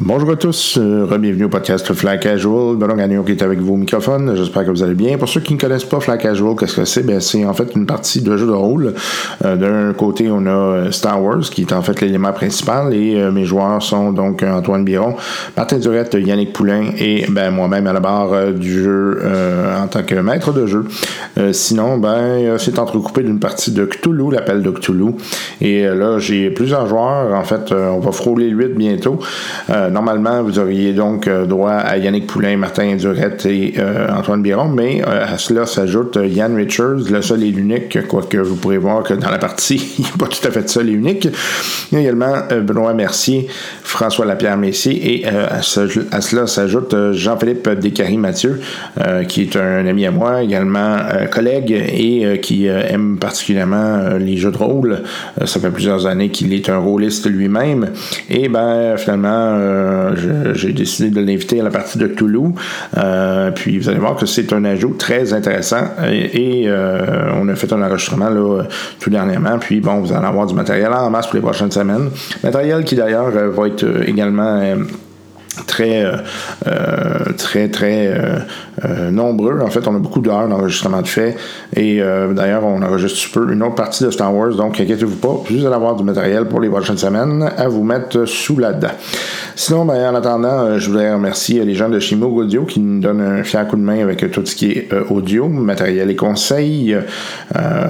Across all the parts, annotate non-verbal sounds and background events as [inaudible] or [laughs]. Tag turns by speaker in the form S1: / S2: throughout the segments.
S1: Bonjour à tous, euh, bienvenue au podcast Fly Casual. Benoît Gagnon qui est avec vous au microphone, j'espère que vous allez bien. Pour ceux qui ne connaissent pas Fly Casual, qu'est-ce que c'est? Ben, c'est en fait une partie de jeu de rôle. Euh, D'un côté, on a euh, Star Wars qui est en fait l'élément principal et euh, mes joueurs sont donc euh, Antoine Biron, Martin Durette, Yannick Poulain et ben, moi-même à la barre du jeu euh, en tant que maître de jeu. Euh, sinon, ben, c'est entrecoupé d'une partie de Cthulhu, l'appel de Cthulhu. Et euh, là, j'ai plusieurs joueurs. En fait, euh, on va frôler 8 bientôt Euh, normalement, vous auriez donc euh, droit à Yannick Poulain, Martin Durette et euh, Antoine Biron, mais euh, à cela s'ajoute Yann Richards, le seul et l'unique, quoique vous pourrez voir que dans la partie, [laughs] il n'est pas tout à fait seul et unique. Il y a également euh, Benoît Mercier, François Lapierre Messier et euh, à, ce, à, cela s'ajoute euh, Jean-Philippe Descaries-Mathieu, euh, qui est un ami à moi, également euh, collègue et euh, qui aime particulièrement euh, les jeux de rôle. Euh, ça fait plusieurs années qu'il est un rôliste lui-même. Et ben finalement, euh, j'ai décidé de l'inviter à la partie de Toulouse. Euh, puis vous allez voir que c'est un ajout très intéressant et, et euh, on a fait un enregistrement là, euh, tout dernièrement. Puis bon, vous allez avoir du matériel en masse pour les prochaines semaines. Matériel qui d'ailleurs euh, va être également euh, très euh, très très euh, euh, nombreux. En fait, on a beaucoup d'heures d'enregistrement de fait. Et euh, d'ailleurs, on enregistre peu une autre partie de Star Wars, donc inquiétez-vous pas, vous allez avoir du matériel pour les prochaines semaines à vous mettre sous la dent. Sinon, ben, en attendant, je voudrais remercier les gens de chez Moog Audio qui nous donnent un fier coup de main avec tout ce qui est euh, audio, matériel et conseils. Euh,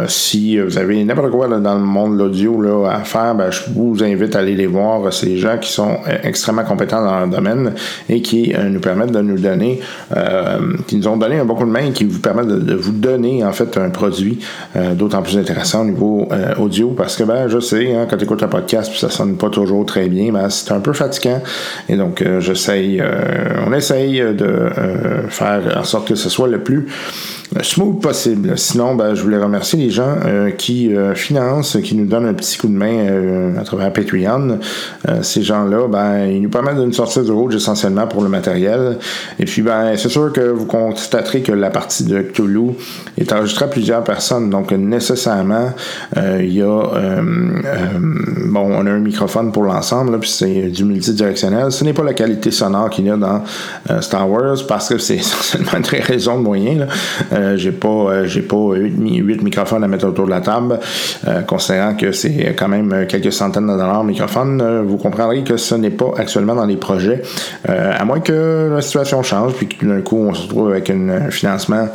S1: si vous avez n'importe quoi là, dans le monde de l'audio à faire, ben, je vous invite à aller les voir. C'est des gens qui sont extrêmement compétents dans le domaine et qui euh, nous permettent de nous donner, euh, qui nous ont donné un bon coup de main et qui vous permettent de, de vous donner en fait un produit euh, d'autant plus intéressant au niveau euh, audio parce que ben je sais hein, quand tu écoutes un podcast puis ça sonne pas toujours très bien, ben, c'est un peu fatigant et donc euh, j'essaye, euh, on essaye de euh, faire en sorte que ce soit le plus smooth possible. Sinon, ben, je voulais remercier les gens euh, qui euh, financent, qui nous donnent un petit coup de main euh, à travers Patreon. Euh, ces gens-là, ben, ils nous permettent de nous sortir du rouge essentiellement pour le matériel. Et puis, ben, c'est sûr que vous constaterez que la partie de Cthulhu est enregistrée à plusieurs personnes. Donc, nécessairement, euh, il y a... euh, bon, on a un microphone pour l'ensemble, puis c'est du multidirectionnel. Ce n'est pas la qualité sonore qu'il y a dans euh, Star Wars, parce que c'est [laughs] essentiellement des raisons de moyens. Là. Euh, j'ai pas euh, j'ai pas 8, 8, microphones à mettre autour de la table euh, considérant que c'est quand même euh, quelques centaines de dollars microphone euh, vous comprendrez que ce n'est pas actuellement dans les projets euh, à moins que la situation change puis que d'un coup on se retrouve avec un financement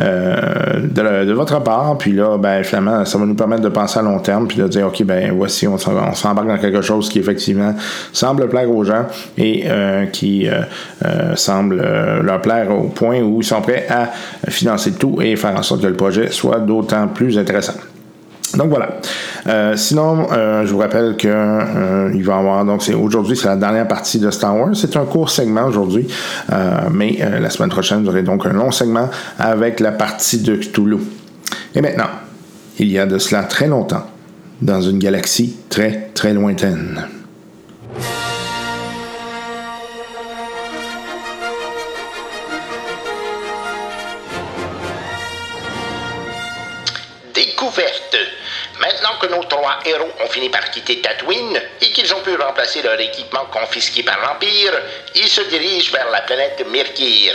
S1: euh, de, la, de, votre part puis là ben finalement ça va nous permettre de penser à long terme puis de dire ok ben voici on s'embarque dans quelque chose qui effectivement semble plaire aux gens et euh, qui euh, semble leur plaire au point où ils sont prêts à financer c'est tout et faire en sorte que le projet soit d'autant plus intéressant. Donc voilà. Euh, sinon, euh, je vous rappelle que euh, il va y avoir donc c'est aujourd'hui c'est la dernière partie de Star Wars. C'est un court segment aujourd'hui, euh, mais la semaine prochaine vous aurez donc un long segment avec la partie de Cthulhu. Et maintenant, il y a de cela très longtemps, dans une galaxie très très lointaine.
S2: héros ont fini par quitter Tatooine et qu'ils ont pu remplacer leur équipement confisqué par l'Empire, ils se dirigent vers la planète Merkir.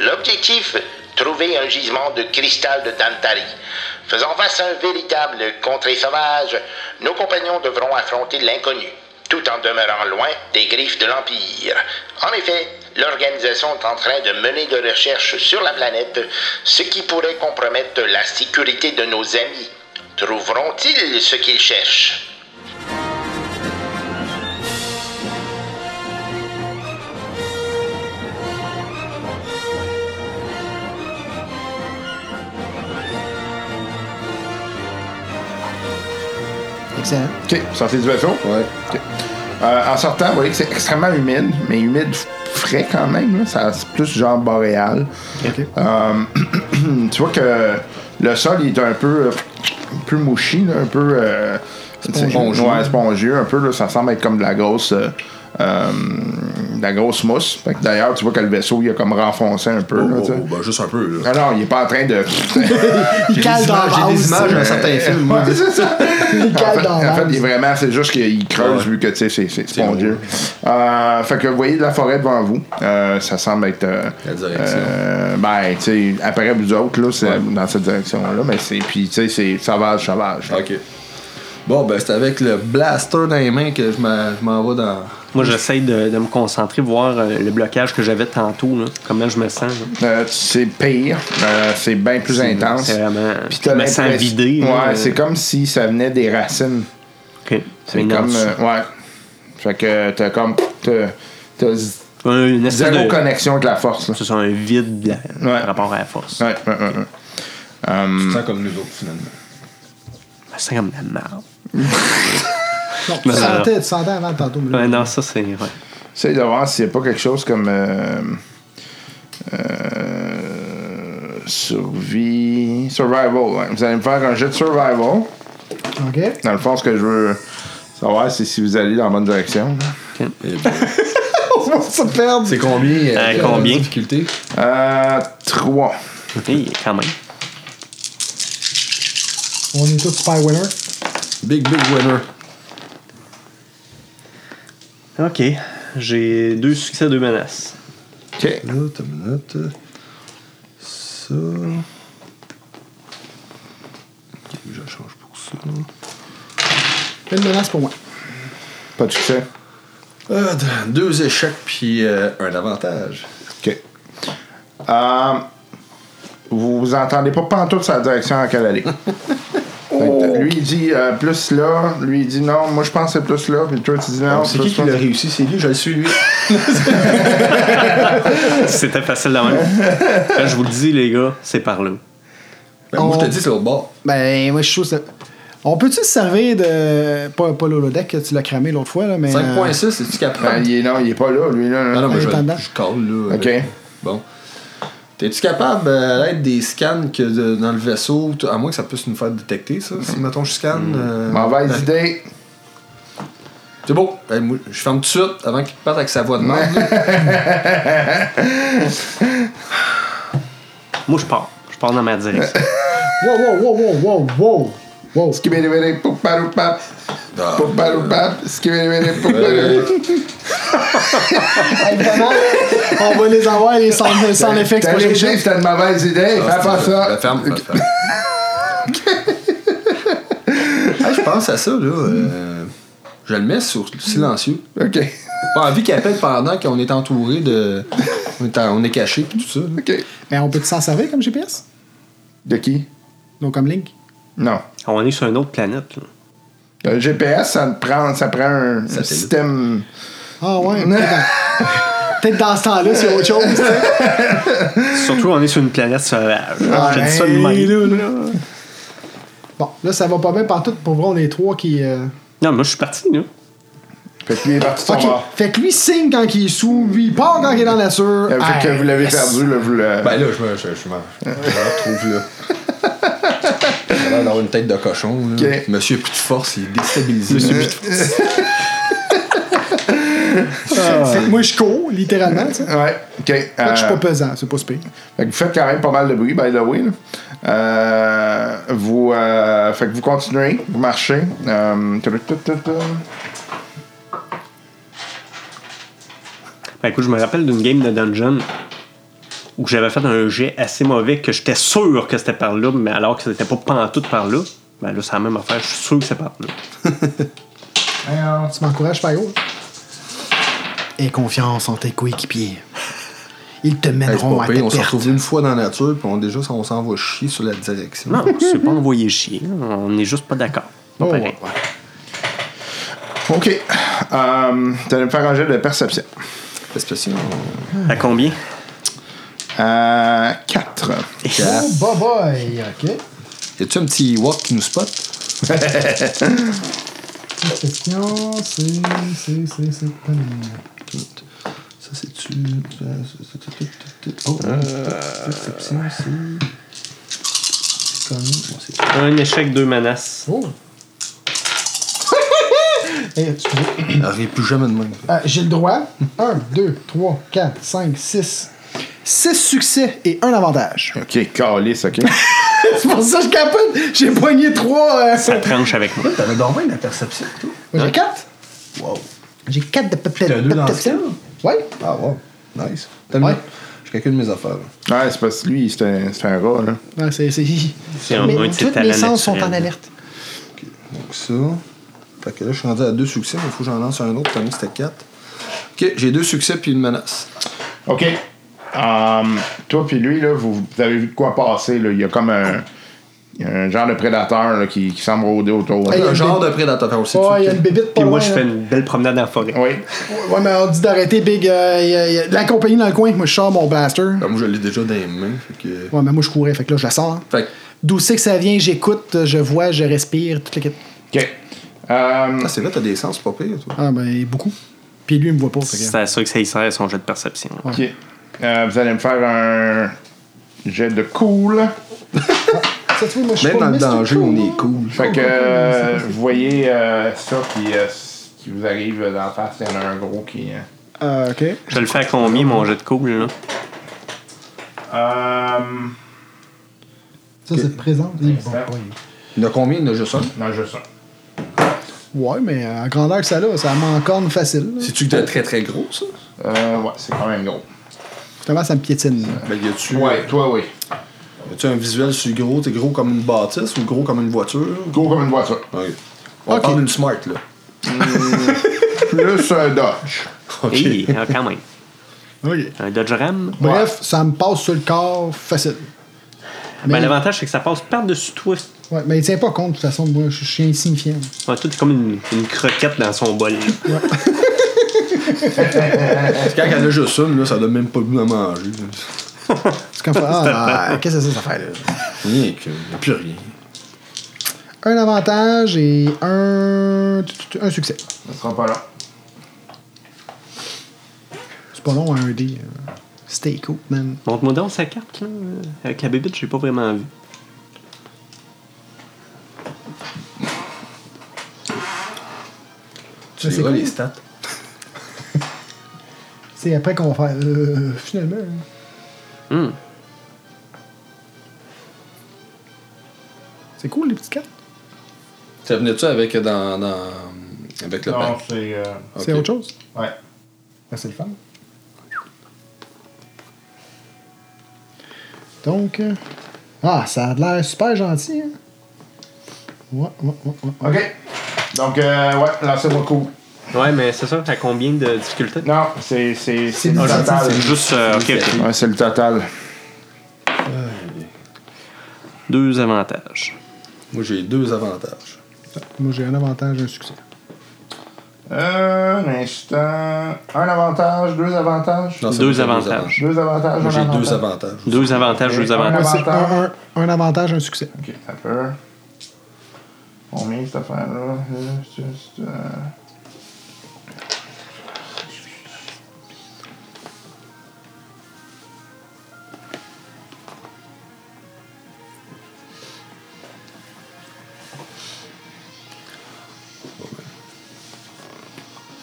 S2: L'objectif Trouver un gisement de cristal de Dantari. Faisant face à un véritable contrée sauvage, nos compagnons devront affronter l'inconnu, tout en demeurant loin des griffes de l'Empire. En effet, l'organisation est en train de mener des recherches sur la planète, ce qui pourrait compromettre la sécurité de nos amis. Trouveront-ils ce qu'ils cherchent
S3: Excellent.
S1: OK, sortez du vaisseau.
S3: Ouais.
S1: Okay. Euh, en sortant, vous voyez que c'est extrêmement humide, mais humide frais quand même. C'est plus genre boréal.
S3: Okay.
S1: Euh, [clears throat] tu vois que le sol il est un peu un peu mouchi, là, un peu euh,
S3: spongieux.
S1: Ouais, spongieux, un peu. Là, ça semble être comme de la grosse. Euh, euh, de la grosse mousse. Fait que D'ailleurs, tu vois que le vaisseau, il a comme renfoncé un peu.
S3: Oh,
S1: là,
S3: oh,
S1: tu sais.
S3: ben, juste un peu. Là.
S1: Ah non, il est pas en train de.
S3: J'ai
S4: Il
S3: des
S4: cale dans la
S3: images, Ah, j'ai des
S4: base.
S3: images d'un certain film. moi,
S1: Ouais,
S3: de-
S1: c'est
S5: [laughs]
S1: ça.
S4: Il
S1: En
S4: cale
S1: fait,
S4: dans
S1: en fait, il est
S4: l'âme.
S1: vraiment, c'est juste qu'il creuse
S3: Ouais.
S1: vu que tu sais, c'est- c'est
S3: C'est
S1: spongieux. Euh, fait que vous voyez de la forêt devant vous. Euh, ça semble être. euh,
S3: La direction.
S1: euh, ben, tu sais, après vous autres, là, c'est dans cette direction-là. Mais c'est. Puis, tu sais, c'est sauvage, sauvage.
S3: Ok. Bon, ben, c'est avec le blaster dans les mains que je m'en je m'en vais dans.
S5: Moi, j'essaie de, de me concentrer, voir euh, le blocage que j'avais tantôt, là, comment je me sens. là.
S1: Euh, c'est pire. Euh, c'est bien plus
S5: C'est-
S1: intense.
S5: c'est vraiment-
S1: Puis t'as
S5: je me sens
S1: l'impression-
S5: vidé,
S1: Ouais,
S5: là.
S1: c'est comme si ça venait des racines.
S5: Ok.
S1: C'est
S5: Une
S1: comme.
S5: anse.
S1: euh, ouais. Fait que t'as comme. t'as- T'as z-
S5: Un- une espèce
S1: euh, zéro
S5: de-
S1: connexion avec la force, là.
S5: Ce sont un vide là, par rapport à la force.
S1: Ouais, ouais, ouais, ouais.
S3: Tu te sens comme nous autres, [laughs] finalement.
S5: Je me sens comme de la merde.
S4: Non, tu
S5: Mais alors-
S4: sentais, tu sentais avant tantôt. mais là,
S5: Ouais, non, ça, c'est. ouais.
S1: Essaye de voir s'il n'y a pas quelque chose comme. euh, euh, survie. Survival. ouais. Vous allez me faire un jet de survival.
S4: OK?
S1: Dans le fond, ce que je veux savoir, c'est si vous allez dans la bonne direction.
S3: Et ben,
S4: On va se perdre.
S3: C'est combien
S5: Euh,
S3: euh,
S5: combien?
S3: la difficulté
S1: Euh, 3.
S5: Hey, quand même.
S4: On est tous super winners.
S3: Big, big winner.
S5: Ok. J'ai deux succès, deux menaces.
S1: OK.
S3: Là, t'as une minute. Ça. Ok, je change pour ça.
S4: Une menace pour moi.
S1: Pas de succès.
S3: Euh, d- deux échecs puis euh, un avantage.
S1: OK. Euh, vous vous entendez pas pantoute sa direction en laquelle
S3: [laughs]
S1: aller.
S3: Oh.
S1: Fait que Lui, il dit euh, plus là. Lui, il dit non. Moi, je pense que c'est plus là. Puis toi, tu dis non.
S3: C'est
S1: plus
S3: qui qui
S1: là.
S3: l'a réussi C'est lui, je le suis lui.
S5: [laughs] C'était facile de même.
S1: [laughs]
S5: Là, je vous le dis, les gars, c'est par là.
S3: Ben, Moi,
S4: On-
S3: je te dis, c'est l'autre bord.
S4: Ben, moi, je suis chaud. ça- On peut-tu se servir de. Pas, pas l'holodeck, tu l'as cramé l'autre fois,
S3: Euh,
S4: là, mais.
S3: 5.6, c'est-tu qu'après?
S1: Ben, il est, non, il est pas là, lui. Là, là.
S3: Ah non, mais je,
S4: Indépendant.
S3: je colle, là.
S1: Ok.
S3: avec- Bon. T'es-tu capable, euh, à l'aide des scans que de- dans le vaisseau, t- à moins que ça puisse nous faire détecter, ça, si, mettons, je scanne... euh,
S1: Hmm. Mauvaise
S3: ben,
S1: idée.
S3: C'est bon. Ben, moi, je ferme tout de suite, avant qu'il parte avec sa voix de merde.
S5: Moi, je pars. Je pars dans
S1: [laughs]
S5: ma direction.
S4: Wow, euh, wow, wow, wow, wow, wow. [laughs] Wow.
S1: Skibidi-bidi, poup-parou-pap.
S3: Ah.
S1: Poup-parou-pap. Skibidi-bidi, poup-parou.
S4: Évidemment, on va les avoir, les sans, sans effets
S1: T'as
S4: prochain
S1: réussi,
S4: chef.
S1: c'était une mauvaise idée. Fais pas
S3: Ah,
S1: ça.
S3: La ferme, la
S1: [laughs]
S3: ferme. Ah, je pense à ça, là. euh, je le mets sur silencieux.
S1: OK.
S3: Pas envie qu'il appelle pendant qu'on est entouré de... On est, en- on est caché, pis tout ça. là.
S1: OK.
S4: Mais on peut-tu s'en servir comme GPS?
S1: De qui?
S4: Non, comme Link?
S1: Non. Euh,
S5: On est sur une autre planète. là.
S1: Le GPS, ça te prend, ça prend un
S3: Satellite.
S1: système.
S4: Ah ouais, peut-être [laughs] dans, peut-être dans ce temps-là, c'est autre chose. tu sais.
S5: Surtout, on est sur une planète sauvage.
S1: Ah,
S5: je te dis Ah, ça de
S4: Hey,
S5: même.
S4: Ah, ben, là, là. Bon, là, ça va pas bien partout. Pour vrai, on est trois qui... euh,
S5: Non, moi, je suis parti, là.
S1: Fait que lui est parti de son
S4: OK,
S3: Ah.
S1: bord.
S4: fait que lui signe quand il est sous, lui il part quand il est dans la nature.
S1: Euh,
S3: Ah,
S1: Fait que
S4: Hey,
S1: vous l'avez
S4: Ah, yes.
S1: perdu, là, vous le.
S3: Ben là, je me, je, je, m'en- je me retrouve là. Il a l'air d'avoir une tête de cochon. Là.
S1: Ok.
S3: Monsieur Plus de Force, il est déstabilisé. Monsieur Plus de Force.
S4: Fait que moi, je cours, littéralement, tu sais.
S1: Ouais, ok.
S4: Fait que je suis
S1: Euh,
S4: pas
S3: Ah.
S4: pesant, c'est pas ce pire.
S1: Fait que vous faites quand même pas mal de bruit, by the way. là. Euh, vous, euh, fait que vous continuez, vous marchez. Euh, tu- tu- tu- tu-
S5: Ben, écoute, je me rappelle d'une game de dungeon où j'avais fait un jet assez mauvais que j'étais sûr que c'était par là, mais alors que c'était pas pantoute par là. Ben là, c'est la même affaire. Je suis sûr que c'est par là.
S4: hein, Tu m'encourages, Fago? Aie confiance en tes coéquipiers. Ils te
S3: Hey, c'est
S4: mèneront
S3: pas
S4: à
S3: pire, on se
S4: ta perte.
S3: retrouve une fois dans la nature, puis on, déjà, on s'en va chier sur la direction.
S5: Non, c'est pas envoyé chier. On n'est juste pas d'accord.
S4: Oh,
S5: Pas pareil.
S1: Ok. Euh, tu allais me faire un jet de perception.
S3: Parce que sinon, on-
S5: À combien?
S1: Euh, 4.
S4: Oh, bye bye, ok.
S3: Y a-tu un petit walk qui nous spot?
S4: Cette question, c'est. C'est. C'est. C'est.
S3: Ça, c'est-tu. Oh, perception, c'est. C'est comme. Bon, c'est-
S4: [laughs]
S5: Un échec, deux menaces.
S4: Oh! Eh, excusez.
S3: Arrive plus jamais de même.
S4: Ah, J'ai le droit. 1, 2, 3, 4, 5, 6. 6 succès et un avantage.
S1: Ok, calice, ok.
S4: [laughs] C'est pour ça que je capote. J'ai poigné 3.
S5: Ça tranche
S4: [laughs]
S5: avec moi.
S3: T'avais dormi la perception, tout.
S4: Moi, j'ai 4. J'ai 4 de pépette.
S3: T'as deux dans le ciel?
S4: Ouais.
S3: Ah, wow. Nice. T'as mis-
S4: Ouais.
S3: Je calcule mes affaires. là.
S1: ouais, c'est parce que lui, c'est un, c'est un rat, là.
S4: Ouais, c'est. c'est-
S5: un-
S4: Mais
S5: un de ses
S4: Tous mes
S5: talents
S4: sens sont en
S5: naturels.
S4: alerte.
S3: Donc, ça. Fait que là, je suis rendu à deux succès. Il faut que j'en lance un autre. T'as mis, c'était quatre. Ok, j'ai deux succès puis une menace.
S1: OK. Um, toi puis lui, là, vous, vous avez vu de quoi passer. Là. Il y a comme un, il y a un genre de prédateur là, qui, qui semble rôder autour.
S4: Hey, il y a
S3: Un
S4: une
S3: genre
S4: bébé-
S3: de prédateur aussi.
S4: Ouais, il y a une bébite pas
S5: Puis moi,
S4: loin,
S5: je fais
S4: là.
S5: une belle promenade dans la forêt.
S1: Oui.
S4: Ouais, mais on dit d'arrêter, Big. euh, Il y a- il y a de la compagnie dans le coin. Moi, je sors mon blaster.
S3: Comme Ah, je l'ai déjà dans les mains. Fait que.
S4: Ouais, mais moi, je courais. Fait que là, je la sors.
S3: Fait que-
S4: D'où c'est que ça vient, j'écoute, je vois, je respire, toute l'équipe.
S1: OK. Um,
S3: Ah, c'est vrai, t'as des sens, c'est pas pire, toi.
S4: Ah, ben, beaucoup. Puis lui, il me voit pas. fait que-
S5: C'est à ça que ça y sert son jeu de perception.
S1: OK. Euh, vous allez me faire un jet de cool.
S4: Ça, tu vois, moi, je suis
S3: Même
S4: pas
S3: dans le
S4: Mr.
S3: danger,
S4: Cool,
S3: on
S4: moi.
S3: est cool.
S1: Fait que euh, [laughs] vous voyez euh, ça puis euh, ce qui vous arrive dans la face. Il y en a un gros qui. euh,
S4: Ah, ok.
S5: Je le fais à combien, mon jet de cool, là?
S1: Um,
S4: Ça, c'est présent. Il est
S1: ça.
S4: bon, ouais.
S3: Il y en a combien Il y en a juste un.
S1: non, juste ça.
S4: Ouais, mais euh, à grandeur que ça là, ça m'encorne facile. là.
S3: C'est-tu que t'es très très gros, ça
S1: Euh, ouais, c'est quand même gros.
S4: Justement, ça me piétine. là.
S3: Ben, y a-tu.
S1: Ouais, toi, oui.
S3: Y a-tu un visuel sur le gros T'es gros comme une bâtisse ou gros comme une voiture
S1: Gros comme une voiture.
S3: Ok. On
S4: Ok.
S3: parle d'une smart,
S4: [laughs]
S3: là.
S1: Plus un Dodge.
S3: Ok.
S5: Hey, ah, quand même.
S4: Ok.
S5: Un Dodge Ram.
S4: Bref, ça me passe sur le corps facile.
S5: Ben,
S4: Mais-
S5: L'avantage, c'est que ça passe par-dessus toi.
S4: Ouais, mais il tient pas compte, de toute façon, moi, je suis insignifiant.
S5: Ouais, toi, t'es comme une, une croquette dans son bol.
S1: [laughs]
S5: là.
S3: Parce que Quand elle a juste une, là, ça donne même pas le goût à manger. là.
S4: C'est comme ça. Ah, ah, qu'est-ce que c'est, cette affaire-là?
S3: Rien que. Y a plus rien.
S4: Un avantage et un. un succès.
S1: Ça sera pas long.
S4: C'est pas long, un dé. euh. Stay cool, man.
S5: Montre-moi donc sa carte, là. Avec la bébite, j'ai pas vraiment vu.
S3: Tu
S4: c'est
S3: verras
S4: cool.
S3: les stats.
S4: C'est après qu'on va faire. euh, finalement. hein.
S5: Hmm.
S4: C'est cool, les petites cartes.
S3: Ça venait-tu avec euh, dans, dans. Avec le
S1: Non,
S3: pack
S1: c'est. euh,
S4: C'est
S3: Ok.
S4: autre chose.
S1: ouais.
S4: Ben, c'est le fun. Donc. euh, Ah, ça a l'air super gentil, hein? Ouais, ouais, ouais, ouais. ouais.
S1: OK. Donc, euh, ouais, lancez-moi coup.
S5: Ouais, mais c'est ça, t'as combien de difficultés?
S1: Non, c'est c'est- c'est le
S4: Ah,
S5: Ah,
S1: total.
S5: c'est juste. euh, ok, ok.
S1: Ouais, c'est le total.
S5: Deux avantages.
S3: Moi, j'ai deux avantages.
S4: Moi, j'ai un avantage, un succès.
S1: Euh, un instant. Un avantage, deux avantages.
S3: Non, c'est
S5: Deux
S3: moi, j'ai
S5: avantages.
S1: Deux avantages,
S3: Moi,
S1: un
S3: j'ai
S1: avantage.
S3: deux avantages.
S5: Deux avantages,
S1: Ok,
S5: deux
S1: un
S5: avantages.
S4: Moi, c'est
S1: Avantage.
S4: un, un- un avantage, un succès.
S1: OK, ça peut. Combien cette affaire-là? Euh, Juste. euh,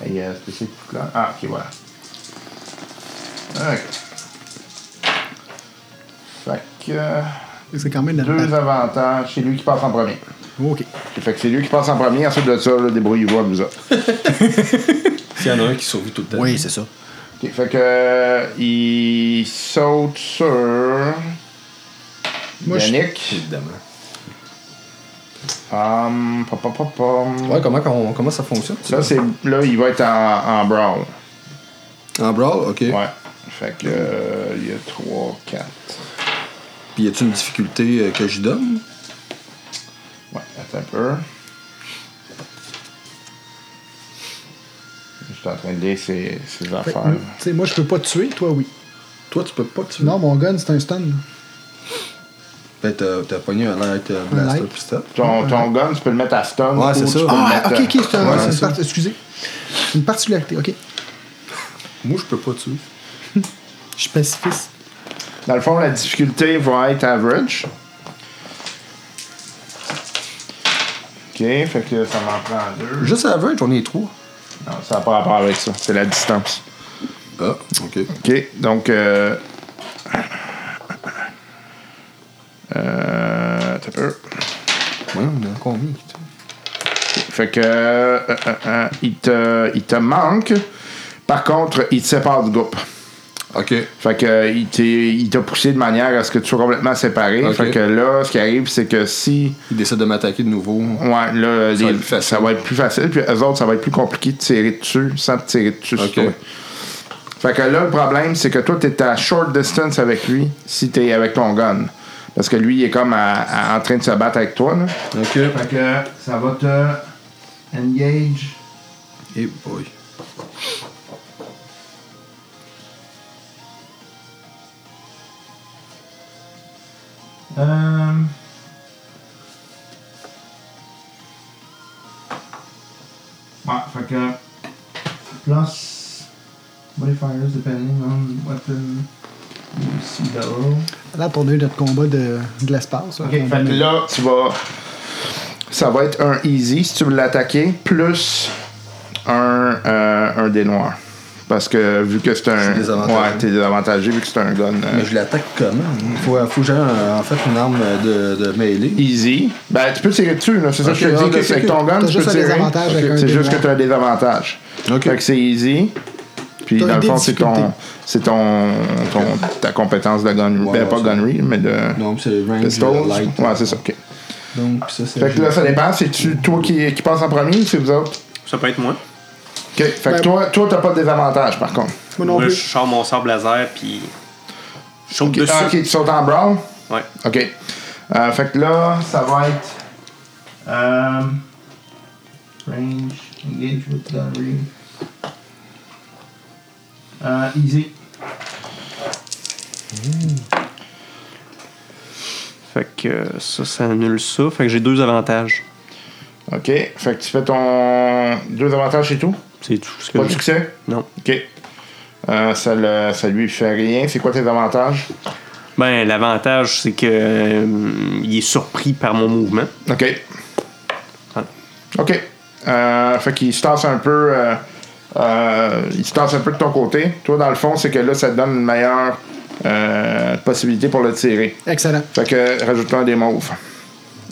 S1: Hey, euh, c'est- c'est plus clair. Ah, ok, voilà. Ok. Fait que. euh,
S4: C'est quand même
S1: Deux
S4: l'avantage.
S1: avantages, c'est lui qui passe en premier.
S4: Ok.
S1: Fait que c'est lui qui passe en premier, ensuite de ça, là, débrouillez-vous à vous autres.
S3: Il y en a un qui survit tout le temps.
S4: c'est ça.
S1: Ok, fait que. euh, il saute sur.
S4: Moi, je-
S1: Yannick.
S3: Évidemment.
S1: Hum, pom, pom, pom, pom.
S3: Ouais, comment, qu'on- comment ça fonctionne? ça?
S1: Là, c'est, là, il va être en, en brawl.
S3: En brawl, ok.
S1: Ouais. Fait que. euh, il y a 3, 4.
S3: Puis y a-tu une difficulté euh, que je donne?
S1: Ouais, attends un peu. Je suis en train de lire ses, ses
S4: Fait que,
S1: affaires.
S4: m- Ben, tu sais, moi, je peux pas te tuer, toi, oui.
S3: Toi, tu peux pas tuer.
S4: Non, mon gun, c'est un stun. là.
S3: Ben, t'as, t'as pogné un light euh, blaster
S4: light.
S3: pistol.
S1: Ton, ton gun, tu peux le mettre à stun.
S3: Ouais, c'est
S1: ou
S3: ça.
S1: tu peux le
S4: Ah,
S1: mettre, euh,
S4: ok, ok, c'est un-
S3: Ouais,
S4: c'est
S3: c'est
S4: une
S3: ça.
S4: part- excusez. C'est une particularité, ok.
S3: Moi, je peux pas tuer.
S4: Je suis pacifiste.
S1: Dans le fond, la difficulté va être average. Ok, fait que ça m'en prend deux.
S3: Juste à 20, j'en ai trois.
S1: Non, ça n'a pas rapport avec ça. C'est la distance.
S3: Ah, ok.
S1: OK, donc. Euh... Euh... t'as peur.
S3: Ouais, on a combien
S1: Fait que. euh, euh, euh, il, te, il te manque. Par contre, il te sépare du groupe.
S3: Ok.
S1: Fait que euh, il t'est- il t'a poussé de manière à ce que tu sois complètement séparé.
S3: Ok.
S1: Fait que là, ce qui arrive, c'est que si.
S3: Il décide de m'attaquer de nouveau.
S1: Ouais, là, les- ça,
S3: va
S1: va
S3: être plus facile.
S1: être plus facile. Puis eux autres, ça va être plus compliqué de tirer dessus sans te tirer dessus. sur
S3: Ok.
S1: toi. Fait que là, le problème, c'est que toi, t'es à short distance avec lui si t'es avec ton gun. Parce que lui, il est comme à- à- en train de se battre avec toi. Là.
S3: Ok.
S1: Fait que ça va te engage.
S3: Et Eh, boy.
S1: Euh... Ouais, fait que. Plus. Modifiers depending on weapon.
S4: Là, pour nous, notre combat de, de l'espace. hein. là,
S1: Ok, fait
S4: on donne-
S1: que là, tu vas. Ça va être un easy si tu veux l'attaquer, plus un, euh, un dé noir. Parce que vu que c'est un.
S3: Je suis désavantagé.
S1: Ouais, t'es désavantagé vu que c'est un gun. euh,
S3: Mais je l'attaque comment Faut, faut que j'ai un- en fait une arme de, de mêlée.
S1: Easy. Ben, tu peux tirer dessus, là. C'est ça que je
S3: Ok,
S1: te dis.
S3: ok,
S1: là, c'est
S3: ok.
S1: avec ton gun,
S4: T'as
S1: tu
S4: juste
S1: peux
S4: un
S1: tirer.
S4: désavantage avec
S1: Ok.
S4: un
S1: C'est
S4: dé
S1: juste que
S4: noir.
S1: tu as un désavantage.
S3: Ok.
S1: Fait que c'est easy. Puis,
S4: T'as
S1: dans
S4: un
S1: le
S4: dé
S1: fond,
S4: de
S1: c'est ton,
S4: difficulté.
S1: c'est ton, ton- ta compétence de gunnery.
S3: Ouais,
S1: ben, pas
S3: ouais,
S1: gunnery, mais de
S3: Non, c'est range
S1: pistols.
S3: light.
S1: Ouais, c'est ça. OK.
S3: Donc ça c'est.
S1: Fait que là, ça dépend. C'est-tu toi qui, qui passes en premier ou c'est vous autres?
S5: Ça peut être moi.
S1: OK. Fait que
S4: Ben-
S1: toi, toi, t'as pas de désavantage, par contre.
S4: Moi non
S5: moi, je
S4: plus.
S5: sors mon sable laser, puis. Je saute
S1: OK,
S5: dessus.
S1: Ah, ok, tu sautes en brawl?
S5: Ouais.
S1: OK. Euh, fait que là, ça va être... euh, range, engage with gunnery. Euh, easy.
S5: Fait que euh, ça, ça annule ça. Fait que j'ai deux avantages.
S1: OK. Fait que tu fais ton... Deux avantages et tout?
S5: C'est tout ce que
S1: Pas de
S5: j'ai.
S1: succès?
S5: Non.
S1: OK. Euh, ça, le- ça lui fait rien. C'est quoi tes avantages?
S5: Ben, l'avantage, c'est que euh, il est surpris par mon mouvement.
S1: OK.
S5: Ah.
S1: OK. Euh, fait qu'il se tasse un peu. euh, euh, il se tasse un peu de ton côté. Toi, dans le fond, c'est que là, ça te donne une meilleure euh, possibilité pour le tirer.
S4: Excellent.
S1: Fait que rajoute-toi des mauves.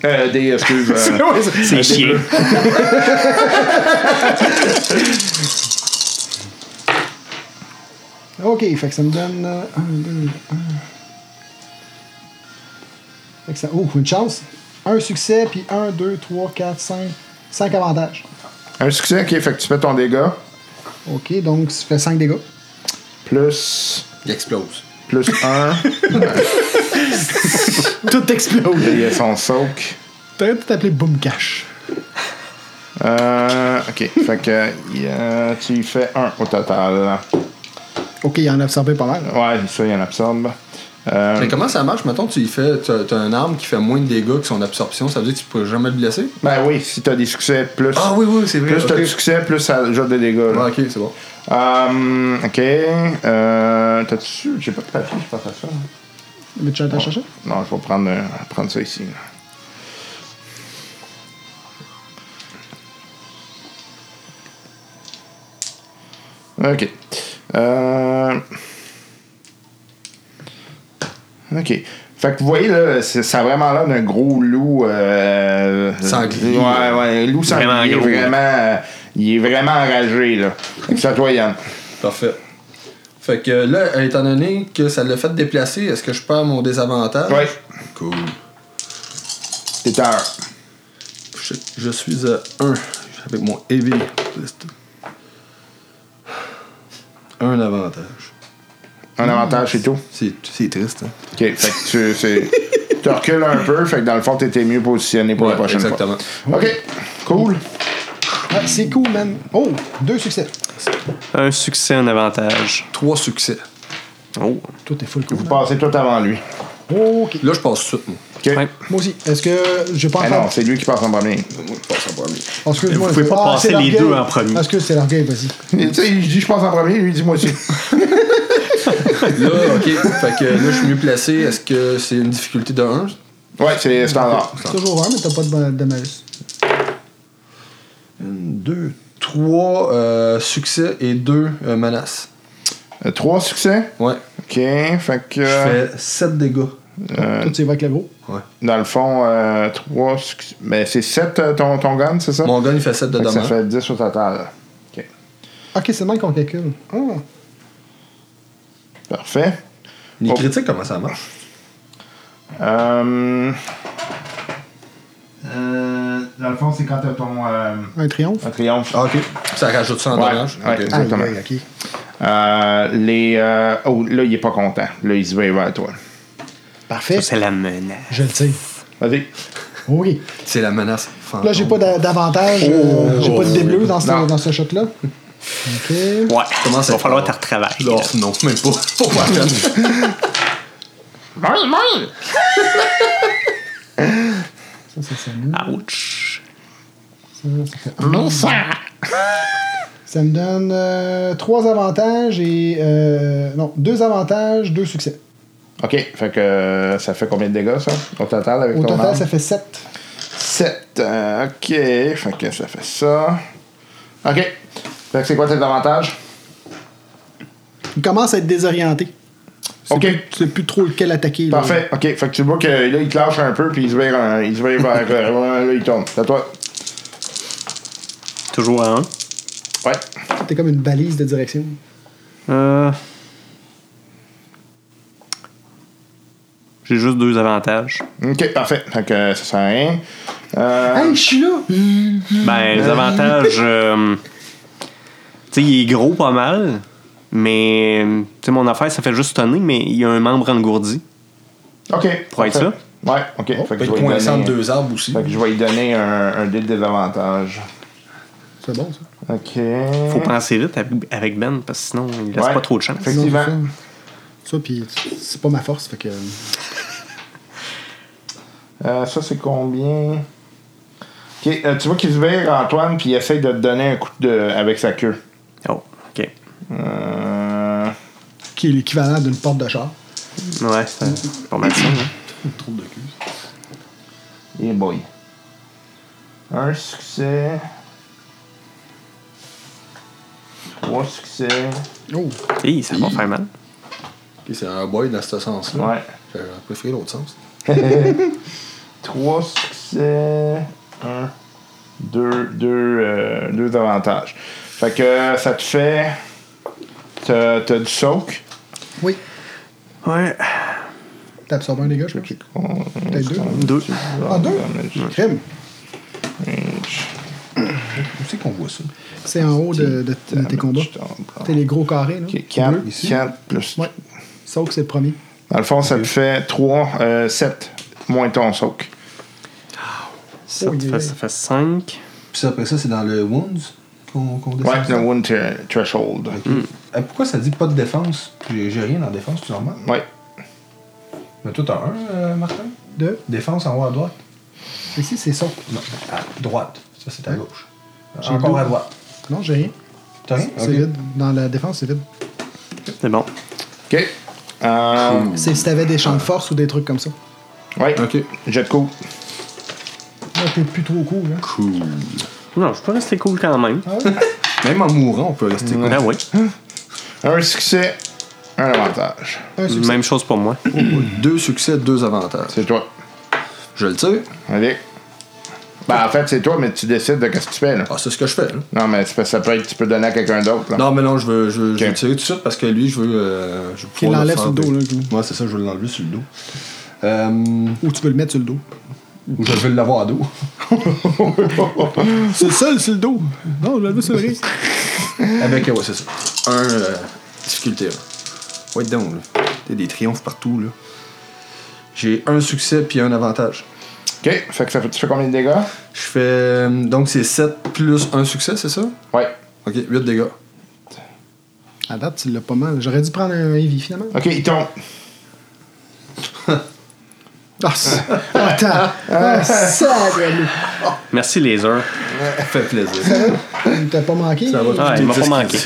S1: Euh, des, excuse. [laughs] euh,
S5: C'est
S1: des
S5: chiant.
S1: bleus.
S4: OK, fait que ça me donne... euh, un, deux, un. Fait que ça... Oh, une chance. Un succès, puis un, deux, trois, quatre, cinq... Cinq avantages.
S1: Un succès, ok. Fait que tu fais ton dégât.
S4: OK, donc ça fait cinq dégâts.
S1: Plus.
S3: Il explose.
S1: Plus [laughs] 1.
S4: Tout explose.
S1: il y a son soak.
S4: T'as tout appelé Boom Cash.
S1: Euh, ok. Fait que il, euh, tu y fais 1 au total.
S4: OK, il en a absorbé pas mal.
S1: Ouais, ça, il en absorbe. Euh,
S3: Mais comment ça marche Mettons, tu y fais, t'as t'as une arme qui fait moins de dégâts que son absorption, ça veut dire que tu pourrais jamais le blesser
S1: Ben oui, si t'as des succès, plus.
S3: Ah oui, oui, c'est vrai.
S1: Plus
S3: ok.
S1: t'as du succès, plus ça jette des dégâts.
S3: Ah,
S1: Là.
S3: ok, c'est bon.
S1: Euh, ok. Euh, T'as-tu. J'ai pas de papier, je pense à ça.
S4: Mais tu as un chercher?
S1: Non, je vais prendre, euh, prendre ça ici. là. Ok. Euh... Ok. Fait que vous voyez, là, c'est- ça a vraiment l'air d'un gros loup. Euh...
S3: Sanglier.
S1: Ouais, ouais, un loup sanglier. Vraiment
S5: Vraiment gros, là.
S1: Vraiment, euh, il est vraiment enragé, là. Fait que c'est à toi, Yann.
S3: Parfait. Fait que là, étant donné que ça l'a fait déplacer, est-ce que je perds mon désavantage
S1: Ouais,
S3: Cool.
S1: t'es tard.
S3: Je, je suis à 1 avec mon heavy. Un avantage.
S1: Un avantage, c'est tout.
S3: C'est c'est triste, hein?
S1: OK, fait que tu, c'est- tu recules un peu, fait que dans le fond, t'étais mieux positionné pour la
S3: Ouais,
S1: prochaine
S3: exactement.
S1: fois. OK, cool.
S4: Ah, c'est cool, man. Oh, deux succès.
S5: Un succès, un avantage.
S3: Trois succès.
S5: Oh.
S4: Tout est full cool.
S1: Vous passez tout avant lui.
S4: OK.
S3: Là, je passe tout de
S1: [laughs]
S3: suite, moi.
S1: OK?
S5: Ouais.
S4: Moi aussi. Est-ce que je vais pas
S1: Ah
S4: encore-
S1: non, c'est lui qui passe en premier.
S3: Moi, je passe en premier.
S4: Oh, excuse-moi,
S5: Vous pouvez
S4: c'est-
S5: pas
S4: Ah,
S5: passer
S4: c'est
S5: les
S4: l'orgueil.
S5: deux en premier.
S4: Ah, Excuse, c'est l'orgueil, vas-y.
S1: Et Tu sais, je dis je passe en premier, lui, il dit moi aussi.
S3: Là, ok. fait que là, je suis mieux placé. Est-ce que c'est une difficulté de 1
S1: Ouais, c'est standard.
S4: C'est toujours un, mais t'as pas de, bon- de malus.
S3: Une, deux, trois euh, succès et deux euh, menaces.
S1: Euh, trois succès.
S3: Ouais.
S1: OK. Fait que.
S3: Je
S1: euh,
S3: fais sept dégâts.
S1: euh,
S4: Toi, tu y vas avec le gros.
S1: dans le fond, euh, trois succès. Mais c'est sept euh, ton, ton gun, c'est ça?
S3: Mon gun, il fait sept de
S1: Fait que ça
S3: dommages.
S1: fait 10 au total. OK.
S4: Ok, c'est mal qu'on calcule. Ah.
S1: Parfait.
S3: Les
S1: Oh.
S3: critiques, comment ça marche?
S1: Euh, euh, dans le fond, c'est quand t'as ton. euh,
S4: Un triomphe.
S1: un triomphe.
S3: Ah, ok. Ça rajoute ça en
S1: Ouais,
S3: dommage.
S1: ouais.
S3: Ok.
S4: Aïe,
S1: exactement.
S4: aïe, ok.
S1: Euh, les. euh, oh, là, il est pas content. Là, il se va vers toi.
S4: Parfait.
S5: Ça, c'est la menace.
S4: Je le tire.
S1: Vas-y.
S4: Ok.
S3: C'est la menace.
S4: Là, j'ai pas d'a- d'avantage.
S5: Oh.
S4: euh, j'ai pas de débleu dans ce,
S1: Non.
S4: dans ce shot-là. Ok.
S5: Ouais,
S3: Comment ça
S5: va falloir
S3: fait?
S5: que tu
S3: Non,
S5: retravailles.
S3: non, même pas.
S1: [laughs]
S3: Faut pas la peine.
S4: Ça, ça, ça, me-
S5: Ouch.
S4: ça, ça fait un. Ça me donne euh, trois avantages et. euh, non, deux avantages, deux succès.
S1: OK. Fait que euh, ça fait combien de dégâts, ça? Au total, avec
S4: Au
S1: ton
S4: total,
S1: arme?
S4: ça fait sept.
S1: 7. OK. Fait que ça fait ça. OK. Fait que c'est quoi tes avantages?
S4: Il commence à être désorienté. C'est
S1: OK.
S4: plus- Tu sais plus trop lequel attaquer. là.
S1: Parfait. OK. Fait que tu vois que là, il te lâche un peu, puis il se vire, euh, il se vire
S5: [laughs]
S1: vers. euh, là, il tombe. C'est à toi.
S5: Toujours à 1.
S1: Ouais.
S4: T'es comme une balise de direction.
S5: Euh... J'ai juste deux avantages.
S1: OK. Parfait. Fait que euh, ça sert à rien. Euh,
S4: Hey, je suis là!
S5: Ben, les avantages. euh, tu sais, il est gros pas mal, mais. Tu sais, mon affaire, ça fait juste tonner, mais il y a un membre engourdi.
S1: OK.
S5: Pour être
S1: Parfait. Ouais.
S4: Oh,
S1: OK. fait que
S3: Fait
S1: je
S3: que
S1: vais lui
S3: point
S1: donner- euh,
S3: centre, deux arbres aussi.
S1: Fait que je vais lui donner un, un dé de désavantage.
S4: C'est bon, ça.
S1: OK.
S5: Faut penser vite avec- avec Ben, parce que sinon, il laisse
S1: Ouais.
S5: pas trop de chance.
S1: Effectivement.
S4: Non, c'est Ça, Ça, puis c'est pas ma force, fait que.
S1: Euh, ça, c'est combien? Ok, euh, tu vois qu'il se vire, Antoine, puis il essaye de te donner un coup de, avec sa queue.
S5: Oh, ok.
S1: Euh,
S4: Qui est l'équivalent d'une porte de char.
S5: Ouais, c'est pas mal ça. hein.
S1: eh boy. Un succès. Trois succès.
S4: Oh!
S5: Hey, ça va faire mal.
S3: Ok, c'est un boy dans ce sens-là.
S1: Ouais.
S3: J'aurais préféré l'autre sens.
S1: Trois succès. Un. Deux. Deux, euh, deux avantages. Fait que euh, ça te fait. T'as t'as du soak.
S4: Oui!
S5: Ouais,
S4: T'absorbes un dégât, je pense. Peut-être deux.
S5: deux.
S4: Ah, deux? Crème!
S3: Où c'est qu'on voit ça?
S4: C'est en haut de, de-
S1: Ah,
S4: de tes combats. T'es les gros carrés, là.
S1: 4,
S4: Deux.
S1: 4 plus.
S4: Ouais. Sauf que c'est le premier.
S1: Dans le fond, ça te fait 3, 7 moins ton soak.
S5: Ça,
S4: Oh,
S5: te
S4: yeah.
S5: fait, ça fait cinq.
S3: Puis ça, après ça, c'est dans le Wounds qu'on qu'on descend.
S1: Ouais,
S3: ça?
S1: le wound thre- threshold.
S3: Euh, pourquoi ça dit pas de défense? J'ai j'ai rien en défense, tout normal.
S1: Ouais.
S3: Mais toi, t'as un, euh, Martin?
S4: Deux.
S3: Défense en haut à droite?
S4: Ici, c'est sauf.
S3: Non, à droite. Ça, c'est à gauche.
S4: J'ai
S3: Encore
S4: deux.
S3: à droite.
S4: Non, j'ai rien.
S3: T'as rien?
S4: C'est
S3: Ok.
S4: vide. Dans la défense, c'est vide.
S5: C'est bon.
S1: Ok. Euh,
S4: C'est si t'avais des champs de force ou des trucs comme ça.
S1: ouais.
S3: Ok.
S1: Jet de coup.
S4: Là, t'es plus trop cool, hein. là.
S3: Cool.
S5: Non, je peux rester cool quand même.
S3: Même en mourant, on peut rester cool.
S5: Ben oui.
S1: Un succès, un avantage.
S4: Un succès.
S5: Même chose pour moi.
S3: Deux succès, deux avantages.
S1: C'est toi.
S3: Je le tire.
S1: Allez. Ben, en fait, c'est toi, mais tu décides de qu'est-ce que tu fais, là.
S3: Ah, c'est ce que je fais, là.
S1: Non, mais c'est parce que ça peut être, tu peux donner à quelqu'un d'autre, là.
S3: Non, mais non, je veux, je, veux- je veux
S1: Ok.
S3: tirer tout de suite parce que lui, je veux. Euh, je veux pouvoir
S4: l'enlève sur le
S3: frapper.
S4: dos, là,
S3: Ouais, c'est ça, je veux l'enlever sur le dos. Euh,
S4: Ou tu peux le mettre sur le dos.
S3: ou je veux l'avoir
S4: [laughs]
S3: à dos.
S4: C'est le seul sur le dos. Non, je le mets sur le risque.
S3: Avec, ouais, c'est ça. Un, euh, difficulté, là. Wait down, là. T'as des triomphes partout, là. J'ai un succès puis un avantage.
S1: Ok. Fait que ça fait, tu fais combien de dégâts?
S3: Je fais. euh, Donc, c'est 7 plus un succès, c'est ça?
S1: Ouais.
S3: Ok, 8 dégâts.
S4: À date, tu l'as pas mal. J'aurais dû prendre un heavy finalement.
S1: Ok, il tombe.
S4: Ah, c'est- Attends! Ah, sacrément.
S5: Merci, Laser.
S3: Ça fait plaisir.
S4: T'as pas manqué?
S3: Ça va.
S5: Ah, il m'a pas manqué.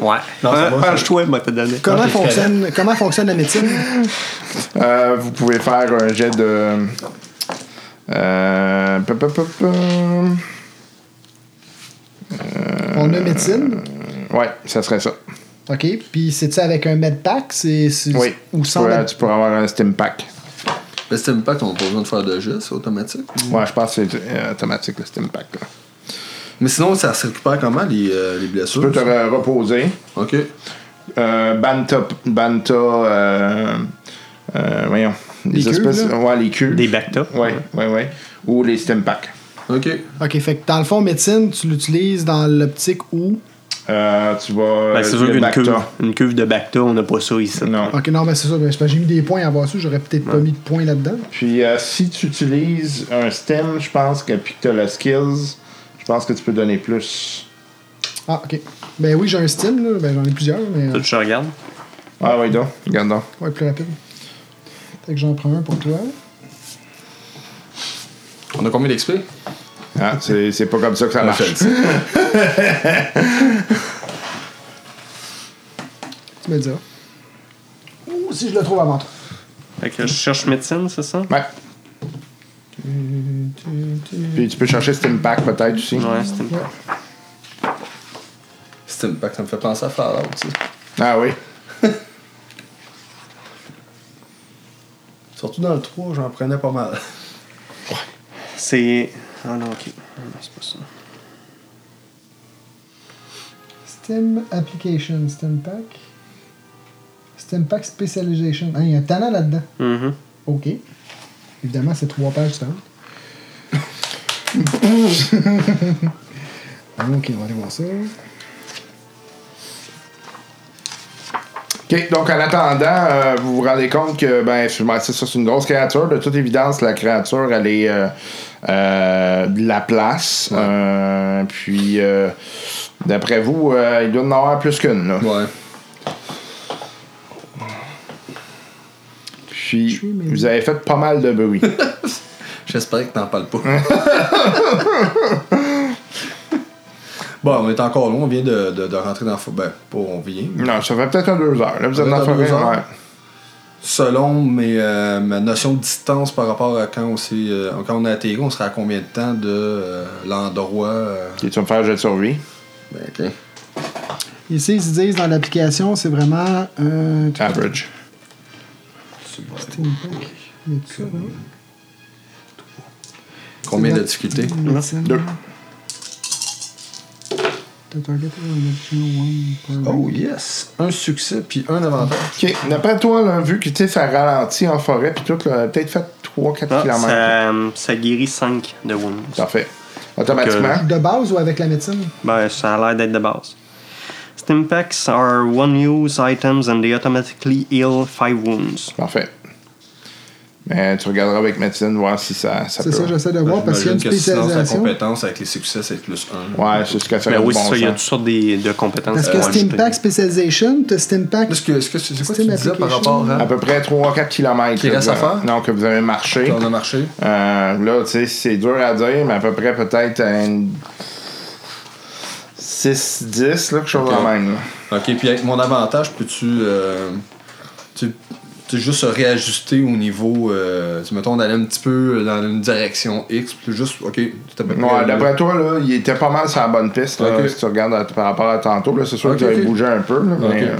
S5: ouais.
S3: ça va, ça va.
S5: Penche-toi, moi, te donné.
S4: Comment,
S3: t'es
S4: fonctionne, comment fonctionne la médecine?
S1: Euh, vous pouvez faire un jet de. Euh, pa, pa, pa, pa.
S4: On a médecine.
S1: Ouais, ça serait ça.
S4: OK. Puis c'est-tu avec un medpack? C'est, c'est-
S1: Oui.
S4: Ou sans
S1: Ouais,
S4: med-
S1: tu pourrais avoir un Steam Pack.
S3: Le Steam Pack, on n'a Ben, pas besoin de faire de jeu, c'est automatique.
S4: Mm.
S1: Ouais, je pense que c'est euh, automatique, le Steam Pack. là.
S3: Mais sinon, ça se récupère comment, les, euh, les
S1: Tu
S3: blessures?
S1: peux te re- reposer.
S3: OK.
S1: Euh, Banta. Banta. euh, euh, voyons.
S4: Les
S1: Les
S4: queues,
S1: espèces.
S4: là?
S1: ouais, les queues.
S5: Des Bacta.
S1: Ouais, ouais, ouais. Ou les Steam Pack.
S3: OK.
S4: OK. Fait que dans le fond, médecine, tu l'utilises dans l'optique où?
S1: Euh, tu vas.
S5: Ben, c'est sûr
S1: le
S5: qu'une
S1: Bacta.
S5: cuve, une cuve de Bacta, on n'a pas ça ici.
S1: Non.
S4: OK, non, mais c'est ça. Ben, c'est parce que j'ai mis des points à voir ça. J'aurais peut-être pas mis de points là-dedans.
S1: Puis euh, si tu utilises un stem, je pense que puis que tu as le skills, je pense que tu peux donner plus.
S4: Ah, OK. Ben oui, j'ai un Steam. Là. Ben, j'en ai plusieurs, mais
S5: Ça,
S4: euh,
S5: tu regardes.
S1: Ah oui, donc, regarde donc.
S4: pour être plus rapide. Fait que j'en prends un pour toi.
S3: On a combien d'XP?
S1: Ah, c'est Ah, c'est pas comme ça que ça marche.
S4: Tu me le diras. Ou si je le trouve avant toi.
S5: Fait que je cherche médecine, c'est ça?
S1: Ouais. Puis tu peux chercher Steam Pack peut-être aussi.
S5: Ouais, c'est une...
S3: Steam Pack, ça me fait penser à Fallout, ça.
S1: Ah oui.
S3: Surtout dans le 3, j'en prenais pas mal.
S5: C'est. Ah non, ok. Ah non, c'est pas ça.
S4: Steam Application, Steam Pack. Steam Pack Specialization. Ah, il y a un talent là-dedans.
S3: Mm-hmm.
S5: Mhm.
S4: OK. Évidemment, c'est trois
S3: [laughs]
S4: pages différentes. OK, on va aller voir ça.
S1: OK, donc en attendant, euh, vous vous rendez compte que ben c'est ben, c'est ça, c'est une grosse créature. De toute évidence, la créature, elle est euh, euh, de la place. Euh, puis euh, d'après vous, euh, il doit en avoir plus qu'une. là.
S3: [laughs] Ouais.
S1: Puis
S4: suis, mais-
S1: vous avez fait pas mal de bruit.
S3: J'espère que t'en parles pas. [laughs] bon, on est encore loin, on vient de, de, de rentrer dans la forêt. Ben, pas on vient.
S1: non, ça fait peut-être un deux heures. Là, vous
S3: Ça
S1: êtes
S3: fait
S1: dans la
S3: un deux
S1: forêt.
S3: heures.
S1: ouais.
S3: Selon mes, euh, ma notion de distance par rapport à quand on, s'est, euh, quand on a atterri, on sera à combien de temps de euh, l'endroit euh,
S1: Ok, tu vas me faire un jet de survie.
S3: ben, ok.
S4: Ici, ils disent dans l'application, c'est vraiment. Euh,
S3: Ah.
S1: Average.
S4: Steam Pack. Y a-tu ça, hein, non?
S3: Combien
S4: C'est
S3: de
S4: bon.
S3: difficultés
S4: Medicine.
S1: Deux.
S4: The target is an additional one per
S3: Oh yes Un succès puis un avantage.
S1: Ok, d'après toi, là, vu que tu sais, ça ralentit en forêt, puis tout, là, peut-être fait 3-4
S5: Ah,
S1: km.
S5: ça, ça guérit 5 de wounds.
S1: Parfait. Automatiquement.
S5: Donc, euh,
S4: De base ou avec la médecine?
S5: Ben, ça a l'air d'être de base. Stim packs are one-use items and they automatically heal 5 wounds.
S1: Parfait. Mais tu regarderas avec médecine, voir si ça, ça
S4: C'est
S1: peut.
S4: ça, j'essaie de voir parce qu'il y a une
S3: J'imagine que sinon, sa
S4: spécialisation.
S3: compétence avec les succès, c'est plus un.
S1: Ouais, c'est ce que ça
S5: Ben
S1: a du
S5: oui, c'est
S1: bon
S5: ça, il y a toutes
S1: sens.
S5: sortes des- de compétences.
S4: Parce
S5: qui
S4: que
S5: vont
S4: Steam
S5: ajouter.
S4: Pack Specialization, t'as Steam Pack.
S3: Est-ce que, est-ce que c'est c'est quoi que tu
S4: Steam
S3: disais par
S4: application.
S3: rapport à
S1: À peu près 3-4 km.
S3: Qui reste à faire?
S1: Non, que vous avez marché.
S3: on a marché
S1: Euh, là, tu sais, c'est dur à dire, mais à peu près peut-être un 6-10, là, quelque chose
S3: Ok.
S1: de même. là.
S3: Ok, puis avec mon avantage, peux-tu euh, tu, tu sais, juste se réajuster au niveau. Euh, tu sais, mettons, d'aller un petit peu dans une direction X, puis juste, ok, tout à peu près,
S4: euh,
S1: Ouais, d'après toi, là, il était pas mal sur la bonne piste, là,
S3: Ok.
S1: si tu regardes à- par rapport à tantôt. Là, c'est sûr
S3: Ok,
S1: que tu avais
S3: ok.
S1: bougé un peu, là, mais,
S3: Ok.
S1: euh,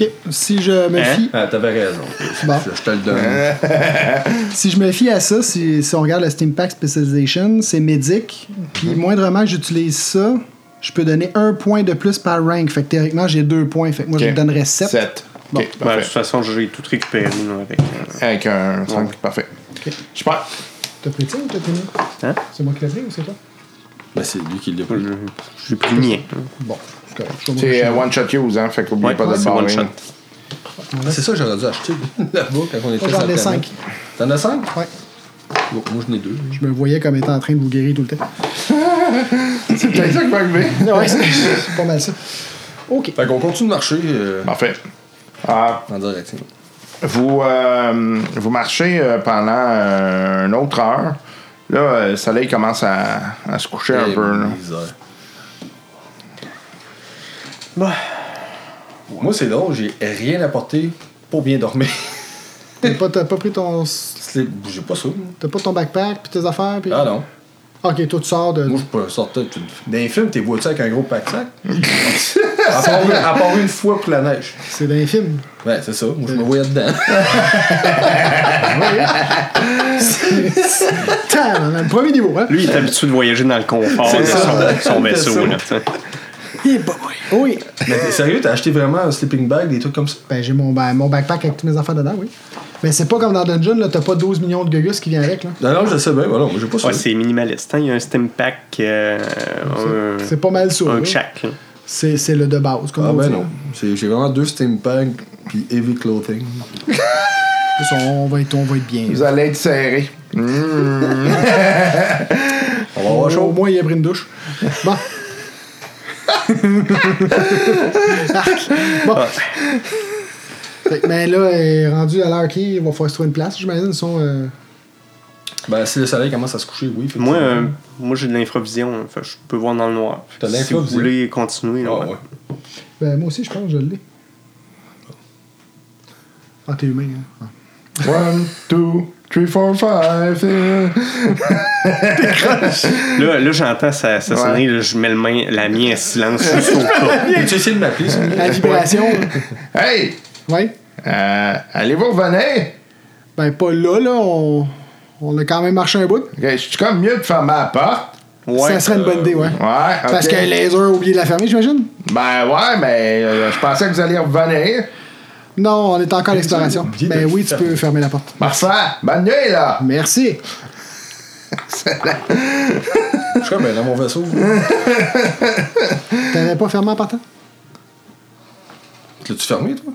S4: Ok, si je me
S5: Hein?
S4: fie.
S3: Ah, t'avais raison. Euh.
S4: Bon.
S3: Je, je te le donne.
S4: Si je me fie à ça, si, si on regarde le Steam Pack Specialization, c'est médic. Puis moindrement que j'utilise ça, je peux donner un point de plus par rank. Fait que théoriquement, j'ai deux points. Fait que moi,
S1: ok.
S4: je lui donnerais sept.
S1: Sept.
S4: Bon.
S1: Ok,
S5: Ben, de toute
S1: parfait.
S5: façon, j'ai tout récupéré là, avec. euh,
S1: Avec un 5,
S5: Ouais.
S1: parfait.
S4: Ok.
S1: Super.
S4: T'as pris ça ou t'as pris nous?
S5: Hein?
S4: C'est moi qui l'ai pris ou c'est toi?
S3: Ben, c'est lui qui l'a pris.
S5: je- J'ai pris le mien.
S4: Bon, c'est correct. Je suis
S1: C'est
S4: obligé.
S1: euh, one shot use, hein, fait qu'oublie
S5: Ouais,
S1: pas de le
S5: c'est one
S1: barrer.
S5: shot.
S3: Ah, c'est ça que j'aurais dû acheter [laughs] là-bas quand on était
S4: Moi, j'en
S3: sur la
S4: ai
S3: planète.
S4: cinq.
S3: T'en as cinq
S4: Ouais.
S3: Bon, Moi, j'en ai deux.
S4: Je me voyais comme étant en train de vous guérir tout le temps.
S1: [laughs] C'est peut-être ça qui va arriver.
S4: [laughs] Ouais, c'est- c'est pas mal ça. Ok.
S3: Fait qu'on continue de marcher euh,
S1: Parfait. Ah,
S3: en direction.
S1: vous, euh, vous marchez euh, pendant euh, une autre heure. Là, euh, le soleil commence à, à se coucher un
S3: Eh,
S1: peu. là.
S3: misère.
S5: Bah,
S3: Moi, c'est drôle, j'ai rien apporté pour bien dormir. [laughs]
S4: T'as pas, t'as pas pris ton s-
S3: slip. J'ai pas ça. moi.
S4: T'as pas ton backpack, puis tes affaires, puis.
S3: Ah non.
S4: Ok, toi, tu sors de.
S3: Moi, je peux sortir. tu- Dans les films, t'es vois-tu avec un gros [laughs] pack-sac? à, part, une- à part une fois pour la neige.
S4: C'est dans les films.
S3: Ouais, c'est ça. Moi, je me voyais dedans.
S4: Tam, le premier niveau, hein?
S5: Lui, il est habitué de voyager dans le confort de
S3: ça.
S5: son, son vaisseau.
S3: C'est
S5: là, tu sais.
S4: Eh, boy. Oui.
S3: Mais t'es sérieux, t'as acheté vraiment un sleeping bag, des trucs comme ça?
S4: Ben, j'ai mon, ben, mon backpack avec toutes mes affaires dedans, oui. Mais c'est pas comme dans Dungeon, là, t'as pas 12 millions de gugus qui viennent avec, là.
S3: Non, non, je sais bien. Voilà, moi, j'ai pas ça.
S5: Ouais, c'est minimaliste. hein. Il y a un steam pack, euh, un-
S4: C'est pas mal ça.
S5: un
S4: là.
S5: check. là.
S4: C'est c'est le de base, comme
S3: ah
S4: on
S3: ben
S4: dit,
S3: non.
S4: là.
S3: C'est- J'ai vraiment deux steam bags puis heavy clothing.
S4: Plus, On va être, on va être bien.
S1: [laughs] Vous allez être serré.
S3: On va avoir
S4: Au
S3: chaud.
S4: moins, il a pris une douche. Bon. Arc. [laughs] bon. Fait que, mais là, est rendu à l'heure qui, il va falloir se trouver une place, j'imagine. Ils sont. euh,
S3: Ben, si le soleil commence à se coucher, oui.
S5: Moi, euh, moi j'ai de l'infravision. hein, Fait que je peux voir dans le noir.
S3: T'as de
S5: Si vous
S3: l'infravision?
S5: voulez continuer, là,
S3: Ah,
S5: ouais.
S3: ouais.
S4: ben, moi aussi, je pense, je l'ai. Ah, t'es humain, hein?
S1: One, two, three, four, five. euh.
S5: là, là, j'entends sa, sa
S1: Ouais.
S5: sonnerie. là, je mets le main, la mienne en silence juste au cas.
S3: As-tu essayé de m'appeler, ça?
S4: La vibration, là.
S1: Hey!
S4: Ouais.
S1: Euh, Allez-vous revenir?
S4: Ben, pas là, là. On, on a quand même marché un bout.
S1: Ok, Je suis comme mieux de fermer la porte.
S5: Ouais.
S4: ça serait une bonne idée, ouais.
S1: Ouais, ok.
S4: Parce que les heures oublié de la fermer, j'imagine.
S1: Ben ouais, mais euh, je pensais que vous alliez revenir.
S4: Non, on est encore à l'exploration.
S3: oublié de
S4: Ben oui, tu
S3: fermer.
S4: peux fermer la porte.
S1: Marcel, bonne nuit, là!
S4: Merci.
S3: Je crois, ben, dans mon vaisseau.
S4: T'avais pas fermé hein? en partant?
S3: L'as-tu fermé, toi?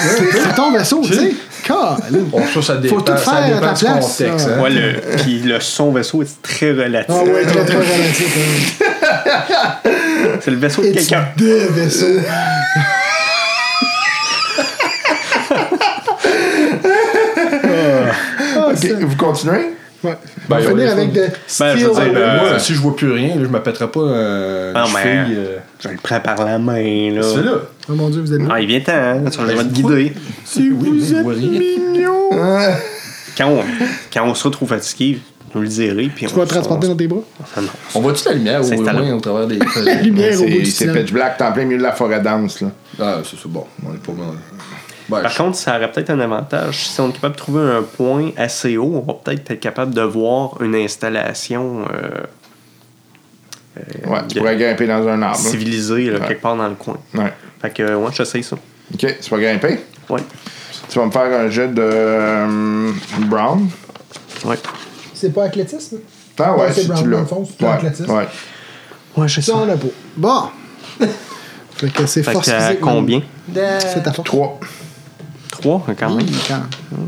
S4: C'est ton vaisseau, tu sais. Colin.
S3: Bon, ça, ça dépend,
S4: Faut tout
S3: ça
S4: faire à
S3: dépend
S4: ta
S3: du
S4: place,
S3: contexte.
S4: là.
S3: hein.
S5: Ouais, le, puis le son vaisseau est très relatif.
S4: Ah ouais, très très relatif. hein.
S5: C'est le vaisseau de
S4: It's
S5: quelqu'un.
S4: the vaisseau. Ah,
S1: Ok,
S4: c'est-
S1: vous continuez?
S4: ouais.
S3: Ben,
S4: On va
S3: ouais,
S4: finir
S3: faut-
S4: avec de
S5: Ben, je veux
S4: Steel
S5: dire, euh,
S3: Ah, Moi, si je vois plus rien, là, je m'appellerai pas euh,
S5: Ah,
S3: une
S5: mais-
S3: cheville, euh,
S5: Je le prends par la main, là.
S3: C'est là.
S4: Oh mon dieu, vous êtes
S5: Ah, il vient temps, hein? Je vais te guider.
S3: Si vous êtes mignon.
S5: Quand on, quand on se retrouve fatigué, nous le direz. Puis Ah,
S4: Tu vas le transporter dans tes bras?
S3: On voit-tu la lumière au
S5: C'est talent.
S3: loin au travers des.
S4: La [laughs] lumière au bout
S1: Ben, C'est
S4: du
S1: c'est
S4: tunnel.
S1: pitch black, t'es en plein milieu de la forêt dense, là.
S3: Ah, c'est ça. Bon, on est pas mal. Ben,
S5: Par
S3: je-
S5: contre, ça aurait peut-être un avantage. Si on est capable de trouver un point assez haut, on va peut-être être capable de voir une installation euh,
S1: Ouais, tu
S5: bien.
S1: pourrais grimper dans un arbre. là.
S5: civilisée là,
S1: Ah, Ouais.
S5: quelque part dans le coin.
S1: Ouais.
S5: Fait que, ouais, j'essaye ça.
S1: Ok, tu vas grimper?
S5: Ouais.
S1: Tu vas me faire un jet de euh, brown.
S5: Ouais.
S4: C'est pas athlétisme?
S1: Ah
S4: Ouais,
S1: ouais,
S4: c'est
S1: si
S4: brown,
S1: tu l'as.
S4: dans le fond, c'est pas athlétisme.
S1: ouais.
S5: Ouais, j'ai
S4: Ça,
S5: ça.
S4: on l'a pas. Bon. Fait que c'est
S5: Fait
S4: force
S5: que, euh,
S4: physique. man.
S5: combien
S4: C'est ta force.
S1: Trois.
S5: Trois, hein, quand même.
S4: Ah Oui,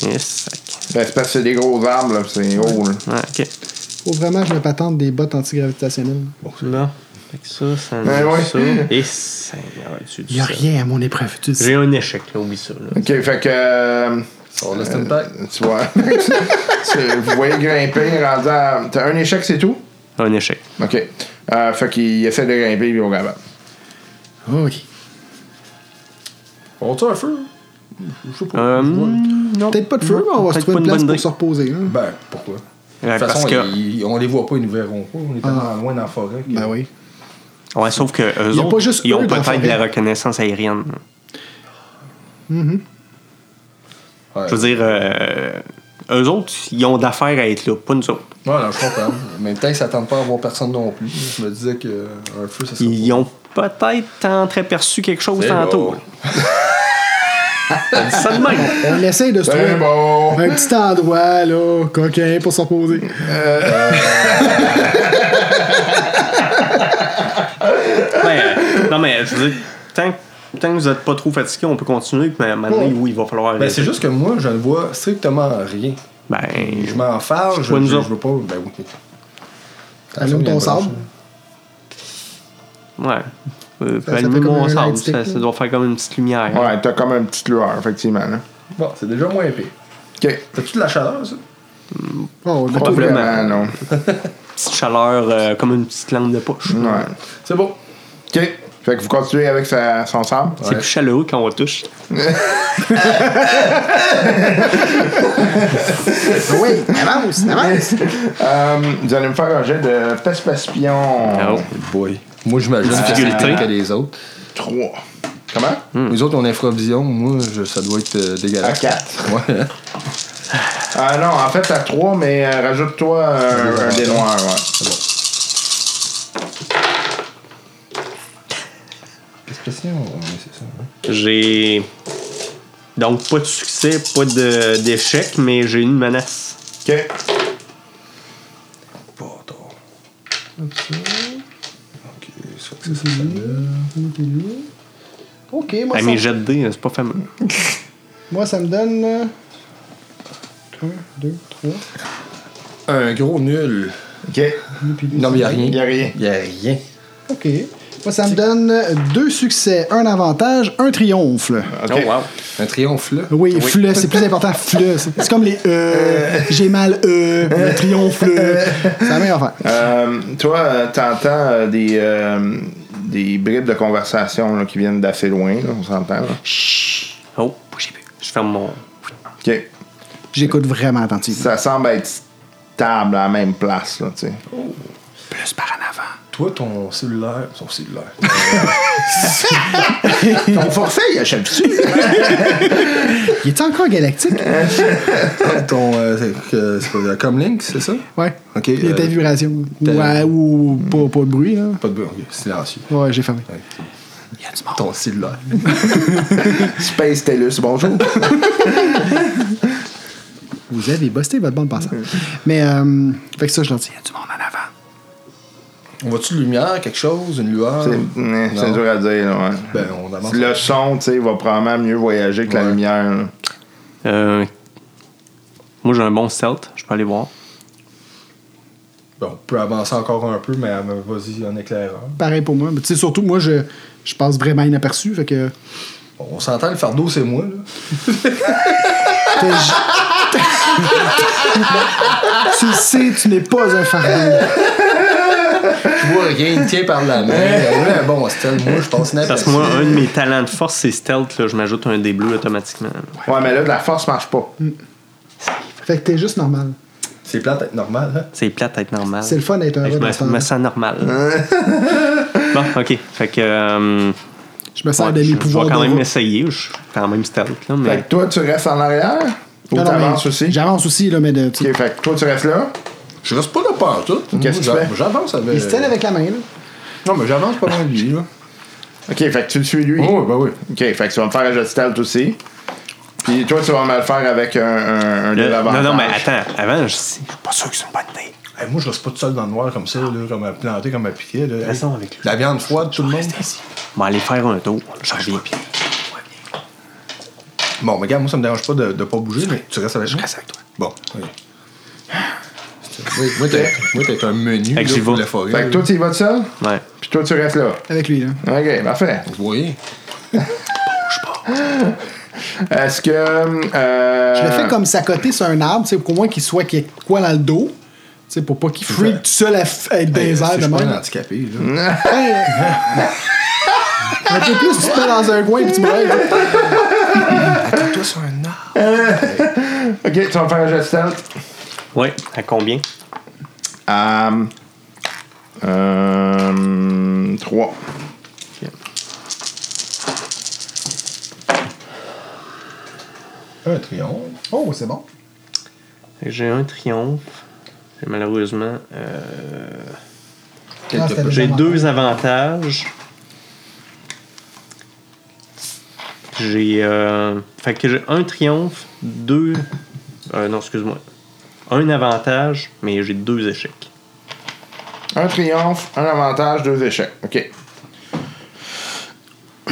S4: quand-
S5: Yes, sac.
S1: Ben, c'est parce que c'est des gros arbres, là, c'est haut, là.
S5: Ouais, ok.
S4: Faut vraiment que je me patente des bottes antigravitationnelles.
S5: Là. Fait que ça, ça
S1: Ben
S5: nous-
S1: ouais.
S5: ça. Et Seigneur, tu dis
S4: Il a
S5: ça.
S4: rien à mon épreuve. Tu sais.
S5: J'ai un échec, là, oublie ça. Là.
S1: Ok, fait que. euh,
S3: On laisse une pack.
S1: tu vois. [laughs] tu- vous voyez grimper, rendu à- T'as un échec, c'est tout?
S5: Un échec.
S1: Ok. Euh, fait qu'il essaie de grimper, il est au capable.
S4: Ok.
S3: On tue un feu. Je sais pas.
S5: Euh, non.
S4: Peut-être pas de feu, mais on va se
S5: Peut-être
S4: trouver une
S5: pas
S4: place
S5: bonne
S4: pour
S5: idée.
S4: se reposer. hein.
S3: Ben, pourquoi?
S5: Ouais,
S3: De toute façon,
S5: parce que-
S3: ils- on les voit pas, ils nous verront pas. On est tellement loin dans la forêt. que-
S4: Ben oui.
S5: Ouais, sauf que eux
S4: Il y a
S5: autres,
S4: pas juste
S5: ils
S4: eux
S5: ont
S4: dans la
S5: peut-être de la
S4: forêt.
S5: reconnaissance aérienne.
S3: Ouais.
S5: Je veux dire, euh, eux autres, ils ont d'affaires à être là, pas nous autres.
S3: Ouais, non, je comprends. En même temps, ils s'attendent pas à voir personne non plus. Je me disais qu'un feu, ça serait.
S5: Ils ont peut-être entreaperçu quelque chose
S3: C'est
S5: tantôt.
S3: bon.
S5: [laughs] On dit ça de même.
S4: On essaye de se trouver
S1: C'est Ben, bon!
S4: un petit endroit, là, coquin, pour se reposer.
S5: Ben, euh, non, mais je veux dire, tant, que- tant que vous n'êtes pas trop fatigué, on peut continuer. Puis à un moment donné,
S3: Ouais.
S5: oui, il va falloir.
S3: Ben, c'est juste que moi, je ne vois strictement rien.
S5: Ben,
S3: Je m'en fâche, je,
S5: pas nous
S3: je,
S5: autres.
S3: veux pas. Ben oui.
S4: Allume ton sable.
S5: ouais. Euh,
S4: Ça- ça
S5: allumer
S4: fait comme
S5: mon
S4: un
S5: sable,
S4: lightstick,
S5: ça,
S4: là.
S5: ça doit faire comme une petite lumière.
S1: Ouais, t'as comme une petite lueur, effectivement, là.
S3: Bon, c'est déjà moins épais.
S1: Ok.
S3: T'as-tu de la chaleur, ça?
S4: Oh, ben,
S1: Pas
S4: toi,
S5: Probablement.
S1: vraiment, non.
S5: Petite chaleur, euh, comme une petite lampe de poche.
S1: Ouais.
S3: C'est bon.
S1: OK. Fait que vous continuez avec sa- son sable.
S5: C'est plus chaleureux quand on le touche.
S1: Oui.
S4: Avance, avance.
S1: vous allez me faire un jet de
S5: Ah,
S4: Ah,
S1: passe-passion
S5: oh.
S3: Boy. Moi, j'imagine que c'est
S5: Difficulté.
S3: pire que les autres.
S1: 3. Comment?
S5: Hmm.
S3: Les autres ont l'infravision. Moi, je- ça doit être euh,
S1: À
S3: dégueulasse.
S1: 4.
S3: Ouais.
S1: Ah non, en fait, à 3, mais euh, rajoute-toi un, un dé noir, ouais.
S5: J'ai. Donc, pas de succès, pas de- d'échec, mais j'ai une menace.
S1: OK.
S4: Ok, moi
S5: Ah,
S4: ça,
S5: mes jets de dés, c'est pas fameux.
S4: moi, ça me donne. euh, 1, 2, 3.
S3: Un gros nul.
S1: OK.
S3: Non, mais il a
S1: Il n'y
S3: rien.
S1: a rien.
S3: Il a rien.
S4: Ok. Moi, ça me donne deux succès, un avantage, un triomphe. là.
S1: OK.
S5: Oh, wow.
S3: Un triomphe, là.
S4: Euh, Oui, fleu, c'est plus important, fleu. C'est comme les euh, j'ai mal euh, le triomphe le. C'est la même affaire.
S1: Euh, toi, euh, t'entends euh, des, euh, des bribes de conversation là, qui viennent d'assez loin, là, on s'entend. là.
S5: Oh, j'ai plus. Je ferme mon.
S1: OK.
S4: J'écoute vraiment attentivement.
S1: Ça semble être stable à la même place, là, tu sais.
S4: Plus par en avant.
S3: Toi, ton cellulaire. Son cellulaire.
S1: Ton forfait, il achète dessus.
S4: Il est encore galactique?
S3: [laughs] ton. euh, c'est- euh, c'est pas- Comlink, c'est ça?
S4: Ouais.
S3: Ok,
S4: Il est à
S3: euh,
S4: vibration.
S3: t'as-
S4: Ouais, ou pas, pas de bruit, là.
S3: Pas de bruit. ok, Silencieux.
S4: Ouais, j'ai fermé.
S3: Il y a du monde. Ton cellulaire.
S1: Space Tellus,
S3: [laughs]
S1: bonjour.
S4: Vous avez busté votre bande passante. Mais, euh, fait que ça, je leur dis, il y a du monde en avant.
S3: On voit-tu une lumière, quelque chose, une lueur?
S1: C'est euh, c'est
S3: Non.
S1: dur à dire, là, ouais.
S3: Ben, on avance.
S1: Le son, tu sais, va probablement mieux voyager que la
S3: Ouais.
S1: lumière. là.
S5: Euh, Moi, j'ai un bon stealth, je peux aller voir.
S3: Ben, on peut avancer encore un peu, mais euh, vas-y en éclaireur.
S4: Pareil pour moi. Mais tu sais, surtout, moi, je, je passe vraiment inaperçu. Fait que.
S3: Bon, on s'entend, le fardeau, c'est moi, là.
S4: T'es- je- tu le sais, tu n'es pas un fardeau.
S3: Je vois rien, il me tient par [laughs] la main. Eh, Ouais, bon, c'était moi, je pense n'importe
S5: Parce que moi, un de mes talents de force, c'est stealth. Là. Je m'ajoute un des bleus automatiquement.
S1: Ouais. mais là, de la force marche pas.
S4: Fait que t'es juste normal.
S3: C'est plate être normal, hein?
S5: C'est plate à être normal.
S4: C'est le fun d'être un
S5: Fait que
S4: rat
S5: Je
S4: dans ce
S5: me, me
S4: temps-là.
S5: sens normal.
S4: [laughs]
S5: bon, ok. Fait que. euh,
S4: Je me sens
S5: ouais,
S4: de mes
S5: je, je
S4: pouvoirs
S5: vais quand
S4: de
S5: même
S4: rat.
S5: essayer. Je suis quand même stealth. Là,
S1: Fait
S5: mais
S1: que toi, tu restes en arrière ou
S4: Non, non, mais
S1: t'avances aussi?
S4: J'avance aussi, là, mais de. tu-
S1: OK, fait que toi, tu restes là.
S3: Je reste pas là par tout.
S1: Qu'est-ce que tu fais?
S3: J'avance avec.
S4: Il se tienne avec la main, là.
S3: Non, mais j'avance pas loin de lui, là.
S1: OK, fait que tu le suis, lui.
S3: Oh, ben oui.
S1: OK, fait que tu vas me faire un jet de stealth aussi. Puis toi, tu vas me le faire avec un, un, un
S5: Là,
S1: désavantage.
S5: non, non, mais attends. Avant, je je suis pas sûr que c'est une bonne idée.
S3: Hey, moi, je reste pas tout seul dans le noir comme ça, là, comme à planter, comme à piquer. Là.
S5: Restons avec lui.
S3: La viande froide, tout le monde.
S5: On va aller faire un tour. Je reviens.
S3: Bon, mais regarde, moi, ça me dérange pas de, de pas bouger, mais tu restes avec moi. Je reste avec toi. Bon, ok. Moi, moi, t'es- moi, t'es un menu
S5: Fait que
S3: là,
S5: j'y
S3: pour
S5: vais.
S3: la forêt.
S1: Fait que toi, tu y vas tout seul,
S5: Ouais.
S1: puis toi, tu restes là.
S4: Avec lui, là.
S1: OK, parfait.
S3: Vous voyez?
S1: Est-ce que... euh,
S4: Je le fais comme s'accoter sur un arbre, tu sais, pour au moins qu'il soit qu'il y ait quoi dans le dos. Tu sais, pour pas qu'il freak tout seul à f- à être dans
S3: Hey,
S4: les
S3: si
S4: airs
S3: je
S4: de
S3: suis pas un
S4: même.
S3: handicapé, là.
S4: Hey! Un peu plus, tu te mets dans un coin et tu brailles.
S3: Toi, c'est un art.
S1: OK, tu vas me faire un jet de stealth.
S5: Ouais. À combien
S1: Um, Euh, um, 3.
S3: Un triomphe.
S4: Oh, c'est bon.
S5: J'ai un triomphe. J'ai Malheureusement, euh,
S4: Ah, c'était
S5: j'ai
S4: déjà
S5: deux avantages. J'ai. euh, fait que j'ai un triomphe, deux. euh, non, excuse-moi. Un avantage, mais j'ai deux échecs.
S1: Un triomphe, un avantage, deux échecs. OK.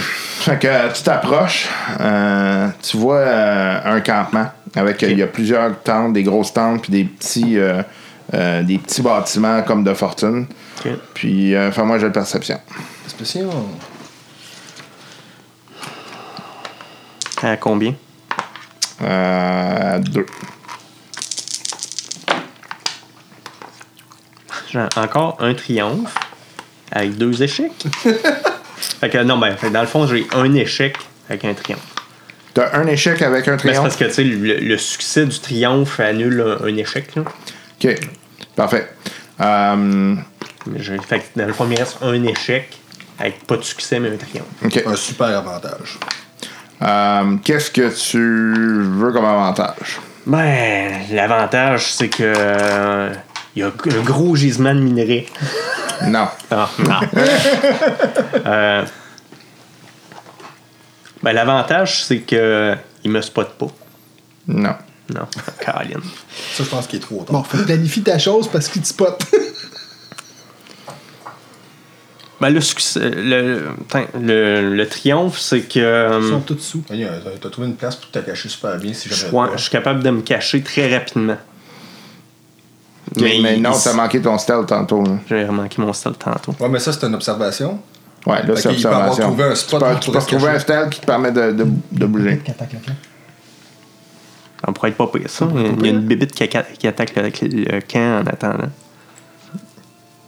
S1: Fait que euh, tu t'approches, euh, tu vois euh, un campement avec euh, il y a plusieurs tentes, des grosses tentes puis des petits euh, euh, des petits bâtiments comme de fortune.
S5: Ok.
S1: Puis euh, fais-moi j'ai de perception.
S3: Spécial.
S5: À combien
S1: Euh, à deux.
S5: [laughs] J'ai encore un triomphe avec deux échecs. Fait que non, ben, fait que dans le fond, j'ai un échec avec un triomphe.
S1: T'as un échec avec un
S5: Ben, c'est
S1: triomphe.
S5: parce que, tu sais, le, le succès du triomphe annule un, un échec, là.
S1: OK. Parfait. Euh,
S5: Mais j'ai- Fait que dans le fond, il me reste un échec avec pas de succès, mais un triomphe.
S1: OK.
S3: Un super avantage.
S1: Euh, Qu'est-ce que tu veux comme avantage?
S5: Ben, l'avantage, c'est que. euh, Il y a un gros gisement de minerais.
S1: Non.
S5: Ah, [laughs] non. Euh, ben, l'avantage, c'est que. Il me spotte pas.
S1: Non.
S5: Non, Caroline.
S3: Ça, je pense qu'il est trop tard.
S4: Bon, fait que planifie ta chose parce qu'il te spot.
S5: Hum. Ben, le succès. Le, attends, le, le triomphe, c'est que. euh,
S4: Ils sont tous sous.
S3: Hey, euh, T'as trouvé une place pour te cacher super bien si
S5: je,
S3: jamais.
S5: ouais, je suis capable de me cacher très rapidement.
S1: OK, Mais,
S5: il-
S1: non,
S5: il-
S1: t'as manqué ton stealth tantôt. là.
S5: J'avais manqué mon style tantôt.
S3: Ouais, mais ça, c'est une observation.
S1: Ouais, là,
S3: Fait
S1: c'est
S3: qu'il peut avoir
S1: observation.
S3: trouvé un spot
S1: tu peux,
S3: où il
S1: tu
S3: pourrait
S1: peux
S3: se
S1: trouver
S3: cacher.
S1: un stealth qui te permet de, de, de bouger.
S5: Ça pourrait Ah, être pas pire, ça. Il y a une bibite qui, acca- qui attaque le, le camp en attendant.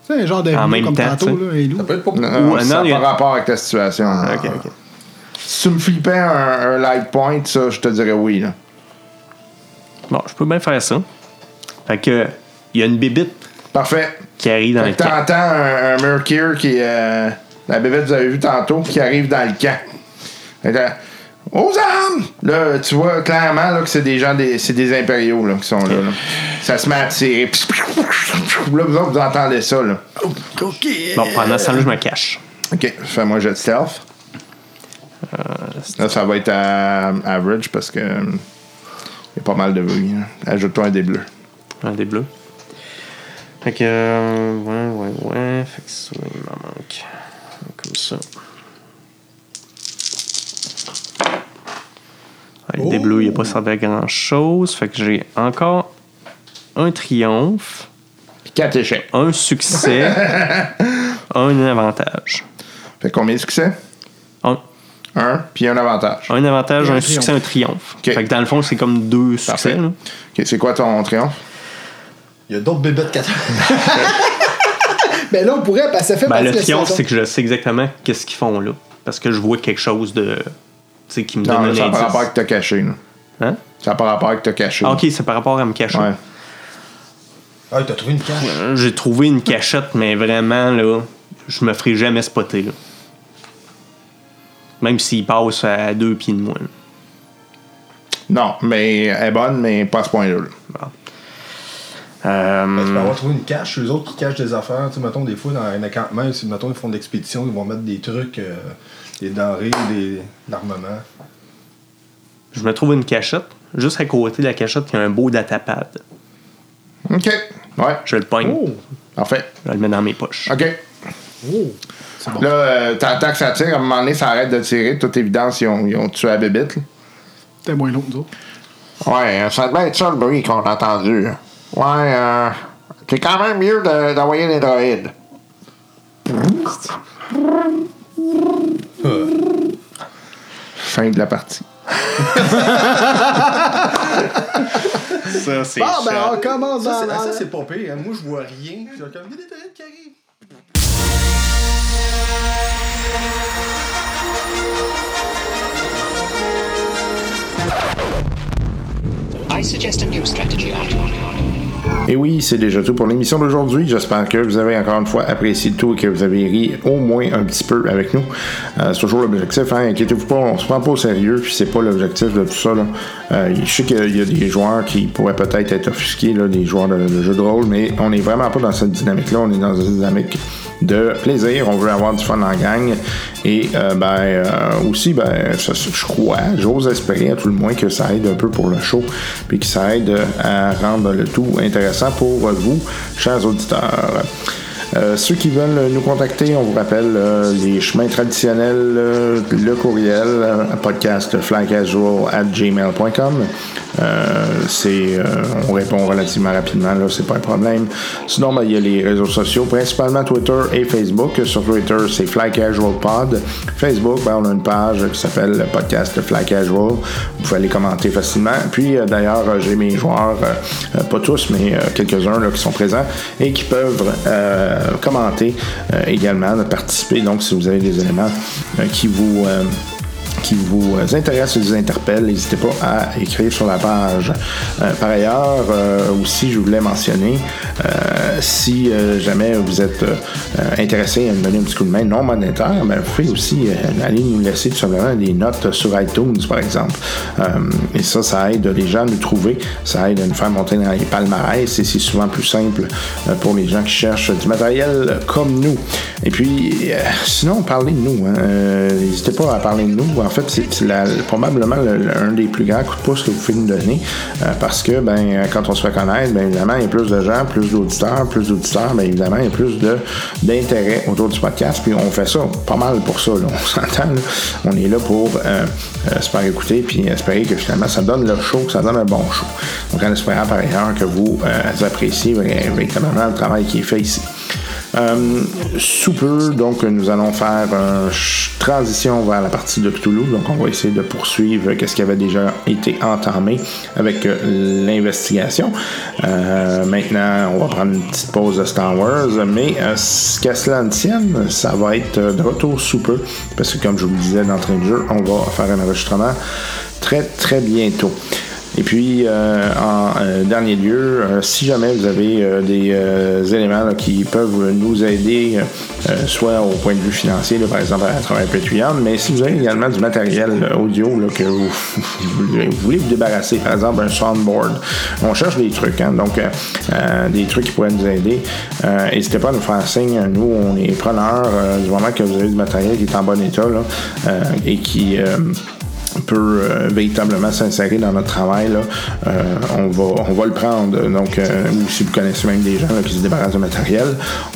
S4: C'est un genre de
S5: En
S4: loup
S5: même
S4: comme
S5: temps,
S4: tantôt,
S5: tu sais.
S4: là, un loup.
S3: Ça peut être pas.
S1: Non, non,
S5: Ou-
S1: ça
S5: non,
S1: n'a
S5: il y a-
S1: pas rapport avec ta situation. là.
S5: Ok, ok.
S1: Si tu me flippais un, un light point, ça, je te dirais oui. Là.
S5: Bon, je peux bien faire ça. Fait que, il y a une bibite
S1: Parfait.
S5: qui arrive dans
S1: Fait
S5: le
S1: que
S5: camp.
S1: t'entends un, un Mercure qui euh, la bébête que vous avez vu tantôt qui arrive dans le camp. Fait que, euh, aux armes! Là, tu vois clairement là, que c'est des gens des. C'est des impériaux là, qui sont là, là. Ça se met à tirer. Puis, Là, vous autres, vous entendez ça là.
S5: Bon, pendant ce temps-là, je me cache.
S1: Ok, fais-moi un jet de stealth.
S5: Euh,
S1: Là, ça va être à average parce que. hum, Il y a pas mal de bruit. là. Ajoute-toi un des bleus.
S5: Un des bleus. Fait que, euh, ouais, ouais, ouais. Fait que ça, il m'en manque. Comme ça.
S3: Oh!
S5: Ouais, Le Ah, des bleus, il n'a pas servi à grand-chose. Fait que j'ai encore un triomphe.
S1: Puis quatre échecs. [laughs]
S5: un succès, un avantage.
S1: Fait combien de succès?
S5: Un,
S1: Un, puis un avantage.
S5: un avantage,
S4: Et un
S5: un, succès, un triomphe.
S1: Ok.
S5: Fait que dans le fond, c'est comme deux succès.
S1: Parfait.
S5: là.
S1: Ok, c'est quoi ton triomphe?
S3: Il y a d'autres bébêtes qui attaquent.
S4: Ben là, on pourrait, parce que ça fait
S5: Ben,
S4: partie
S5: le
S4: de la
S5: triomphe,
S4: saison.
S5: c'est que je sais exactement qu'est-ce qu'ils font là. Parce que je vois quelque chose de. Tu sais, qui me
S1: Non,
S5: donne
S1: ça
S5: un
S1: n'a pas rapport avec
S5: indice.
S1: que t'as caché. là.
S5: Hein?
S1: Ça n'a pas rapport avec que t'as caché.
S5: Ah, ok, c'est par rapport à me cacher.
S1: Ouais.
S3: Ah, t'as trouvé une cache.
S5: Euh, J'ai trouvé une cachette, mais vraiment, là, je me ferai jamais spotter. Là. Même s'il passe à deux pieds de moi. là.
S1: Non, mais elle est bonne, mais pas à ce point-là. là.
S5: Euh,
S3: Ben, tu peux avoir trouvé une cache, eux autres qui cachent des affaires. Tu sais, mettons, des fois, dans un encampement, si, mettons, ils font de l'expédition, ils vont mettre des trucs, euh, des denrées, des de l'armement.
S5: je me trouve une cachette. Juste à côté de la cachette, il y a un beau datapad.
S1: OK. Ouais,
S5: Je le pogne.
S4: Oh,
S1: Oh. parfait.
S5: Je le mets dans mes poches.
S1: OK.
S4: c'est bon.
S1: Là, euh, t'entends que ça tire, à un moment donné, ça arrête de tirer. De toute évidence, ils ont, ils ont tué la bébite. là.
S4: C'était moins long que nous autres.
S1: Ouais, euh, ça devait être ça le bruit qu'on a entendu. Ouais, euh, c'est quand même mieux de- d'envoyer des droïdes. Euh. Fin de la partie.
S5: Ça, c'est
S4: Ah, ben, on commence
S3: Ça,
S4: dans
S3: c'est, ça, c'est pas pire. hein. Moi, je vois rien. Puis, j'ai comme, il y a des toilettes qui arrivent.
S6: I suggest a new strategy, Otto.
S1: Et oui, c'est déjà tout pour l'émission d'aujourd'hui. J'espère que vous avez encore une fois apprécié tout et que vous avez ri au moins un petit peu avec nous. Euh, c'est toujours l'objectif, hein. Inquiétez-vous pas, on se prend pas au sérieux, puis c'est pas l'objectif de tout ça. là. Euh, je sais qu'il y a des joueurs qui pourraient peut-être être offusqués, là, des joueurs de, de jeux de rôle, mais on n'est vraiment pas dans cette dynamique-là. On est dans une dynamique de plaisir. On veut avoir du fun en gang. Et euh, ben euh, aussi, ben, ça, ça, je crois, j'ose espérer à tout le moins que ça aide un peu pour le show, puis que ça aide euh, à rendre le tout intéressant pour euh, vous, chers auditeurs. Euh, ceux qui veulent nous contacter, on vous rappelle euh, les chemins traditionnels, euh, le courriel, euh, podcast flycasual@gmail.com.
S7: Euh, c'est, euh, on répond relativement rapidement, là, c'est pas un problème. Sinon, ben, il y a les réseaux sociaux, principalement Twitter et Facebook. Sur Twitter, c'est Fly Casual Pod. Facebook, ben, on a une page qui s'appelle le podcast Fly Casual. Vous pouvez aller commenter facilement. Puis, euh, d'ailleurs, euh, j'ai mes joueurs, euh, euh, pas tous, mais euh, quelques-uns là, qui sont présents et qui peuvent euh, commenter euh, également, de participer. Donc, si vous avez des éléments euh, qui vous. euh, qui vous euh, intéressent et vous interpellent, n'hésitez pas à écrire sur la page. Euh, par ailleurs, euh, aussi, je voulais mentionner, euh, si euh, jamais vous êtes euh, euh, intéressé à nous donner un petit coup de main non monétaire, ben, vous pouvez aussi euh, aller nous laisser tout simplement des notes sur iTunes, par exemple. Euh, et ça, ça aide les gens à nous trouver, ça aide à nous faire monter dans les palmarès et c'est souvent plus simple euh, pour les gens qui cherchent du matériel comme nous. Et puis, euh, sinon, parlez de nous. hein. Euh, N'hésitez pas à parler de nous. En fait, c'est c'est la- probablement le- le- un des plus grands coups de pouce que vous pouvez nous donner euh, parce que, ben, euh, quand on se fait connaître, ben, évidemment, il y a plus de gens, plus d'auditeurs, plus d'auditeurs, ben, évidemment, il y a plus de- d'intérêt autour du podcast. Puis, on fait ça pas mal pour ça. là. On s'entend. là. On est là pour euh, euh, se faire écouter puis espérer que finalement, ça donne le show, que ça donne un bon show. Donc, en espérant par ailleurs que vous euh, appréciez vra- véritablement le travail qui est fait ici. Euh, sous peu, donc, nous allons faire une transition vers la partie de Cthulhu. Donc, on va essayer de poursuivre ce qui avait déjà été entamé avec euh, l'investigation. Euh, maintenant, on va prendre une petite pause de Star Wars, mais euh, ce qu'à cela ne tienne, ça va être euh, de retour sous peu, parce que comme je vous le disais d'entrée de jeu, on va faire un enregistrement très, très bientôt. Et puis, euh, en euh, dernier lieu, euh, si jamais vous avez euh, des euh, éléments là, qui peuvent nous aider, euh, euh, soit au point de vue financier, là, par exemple à travers Patreon, mais si vous avez également du matériel euh, audio là, que vous, [laughs] vous voulez- vous voulez vous débarrasser, par exemple un soundboard, on cherche des trucs, hein, donc euh, euh, des trucs qui pourraient nous aider, euh, n'hésitez pas à nous faire signe. hein, Nous, on est preneurs euh, du moment que vous avez du matériel qui est en bon état là, euh, et qui... euh, peut euh, véritablement s'insérer dans notre travail, là, euh, on, va, on va le prendre. Donc, euh, ou si vous connaissez même des gens là, qui se débarrassent de matériel,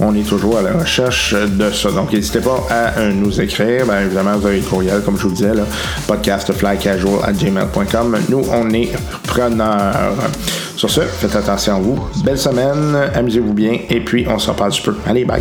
S7: on est toujours à la recherche de ça. Donc, n'hésitez pas à euh, nous écrire. Bien évidemment, vous avez le courriel, comme je vous disais, là, podcastflycasual.gmail.com. Nous, on est preneurs. Sur ce, faites attention à vous. Belle semaine, amusez-vous bien, et puis on se reparle du peu. Allez, bye!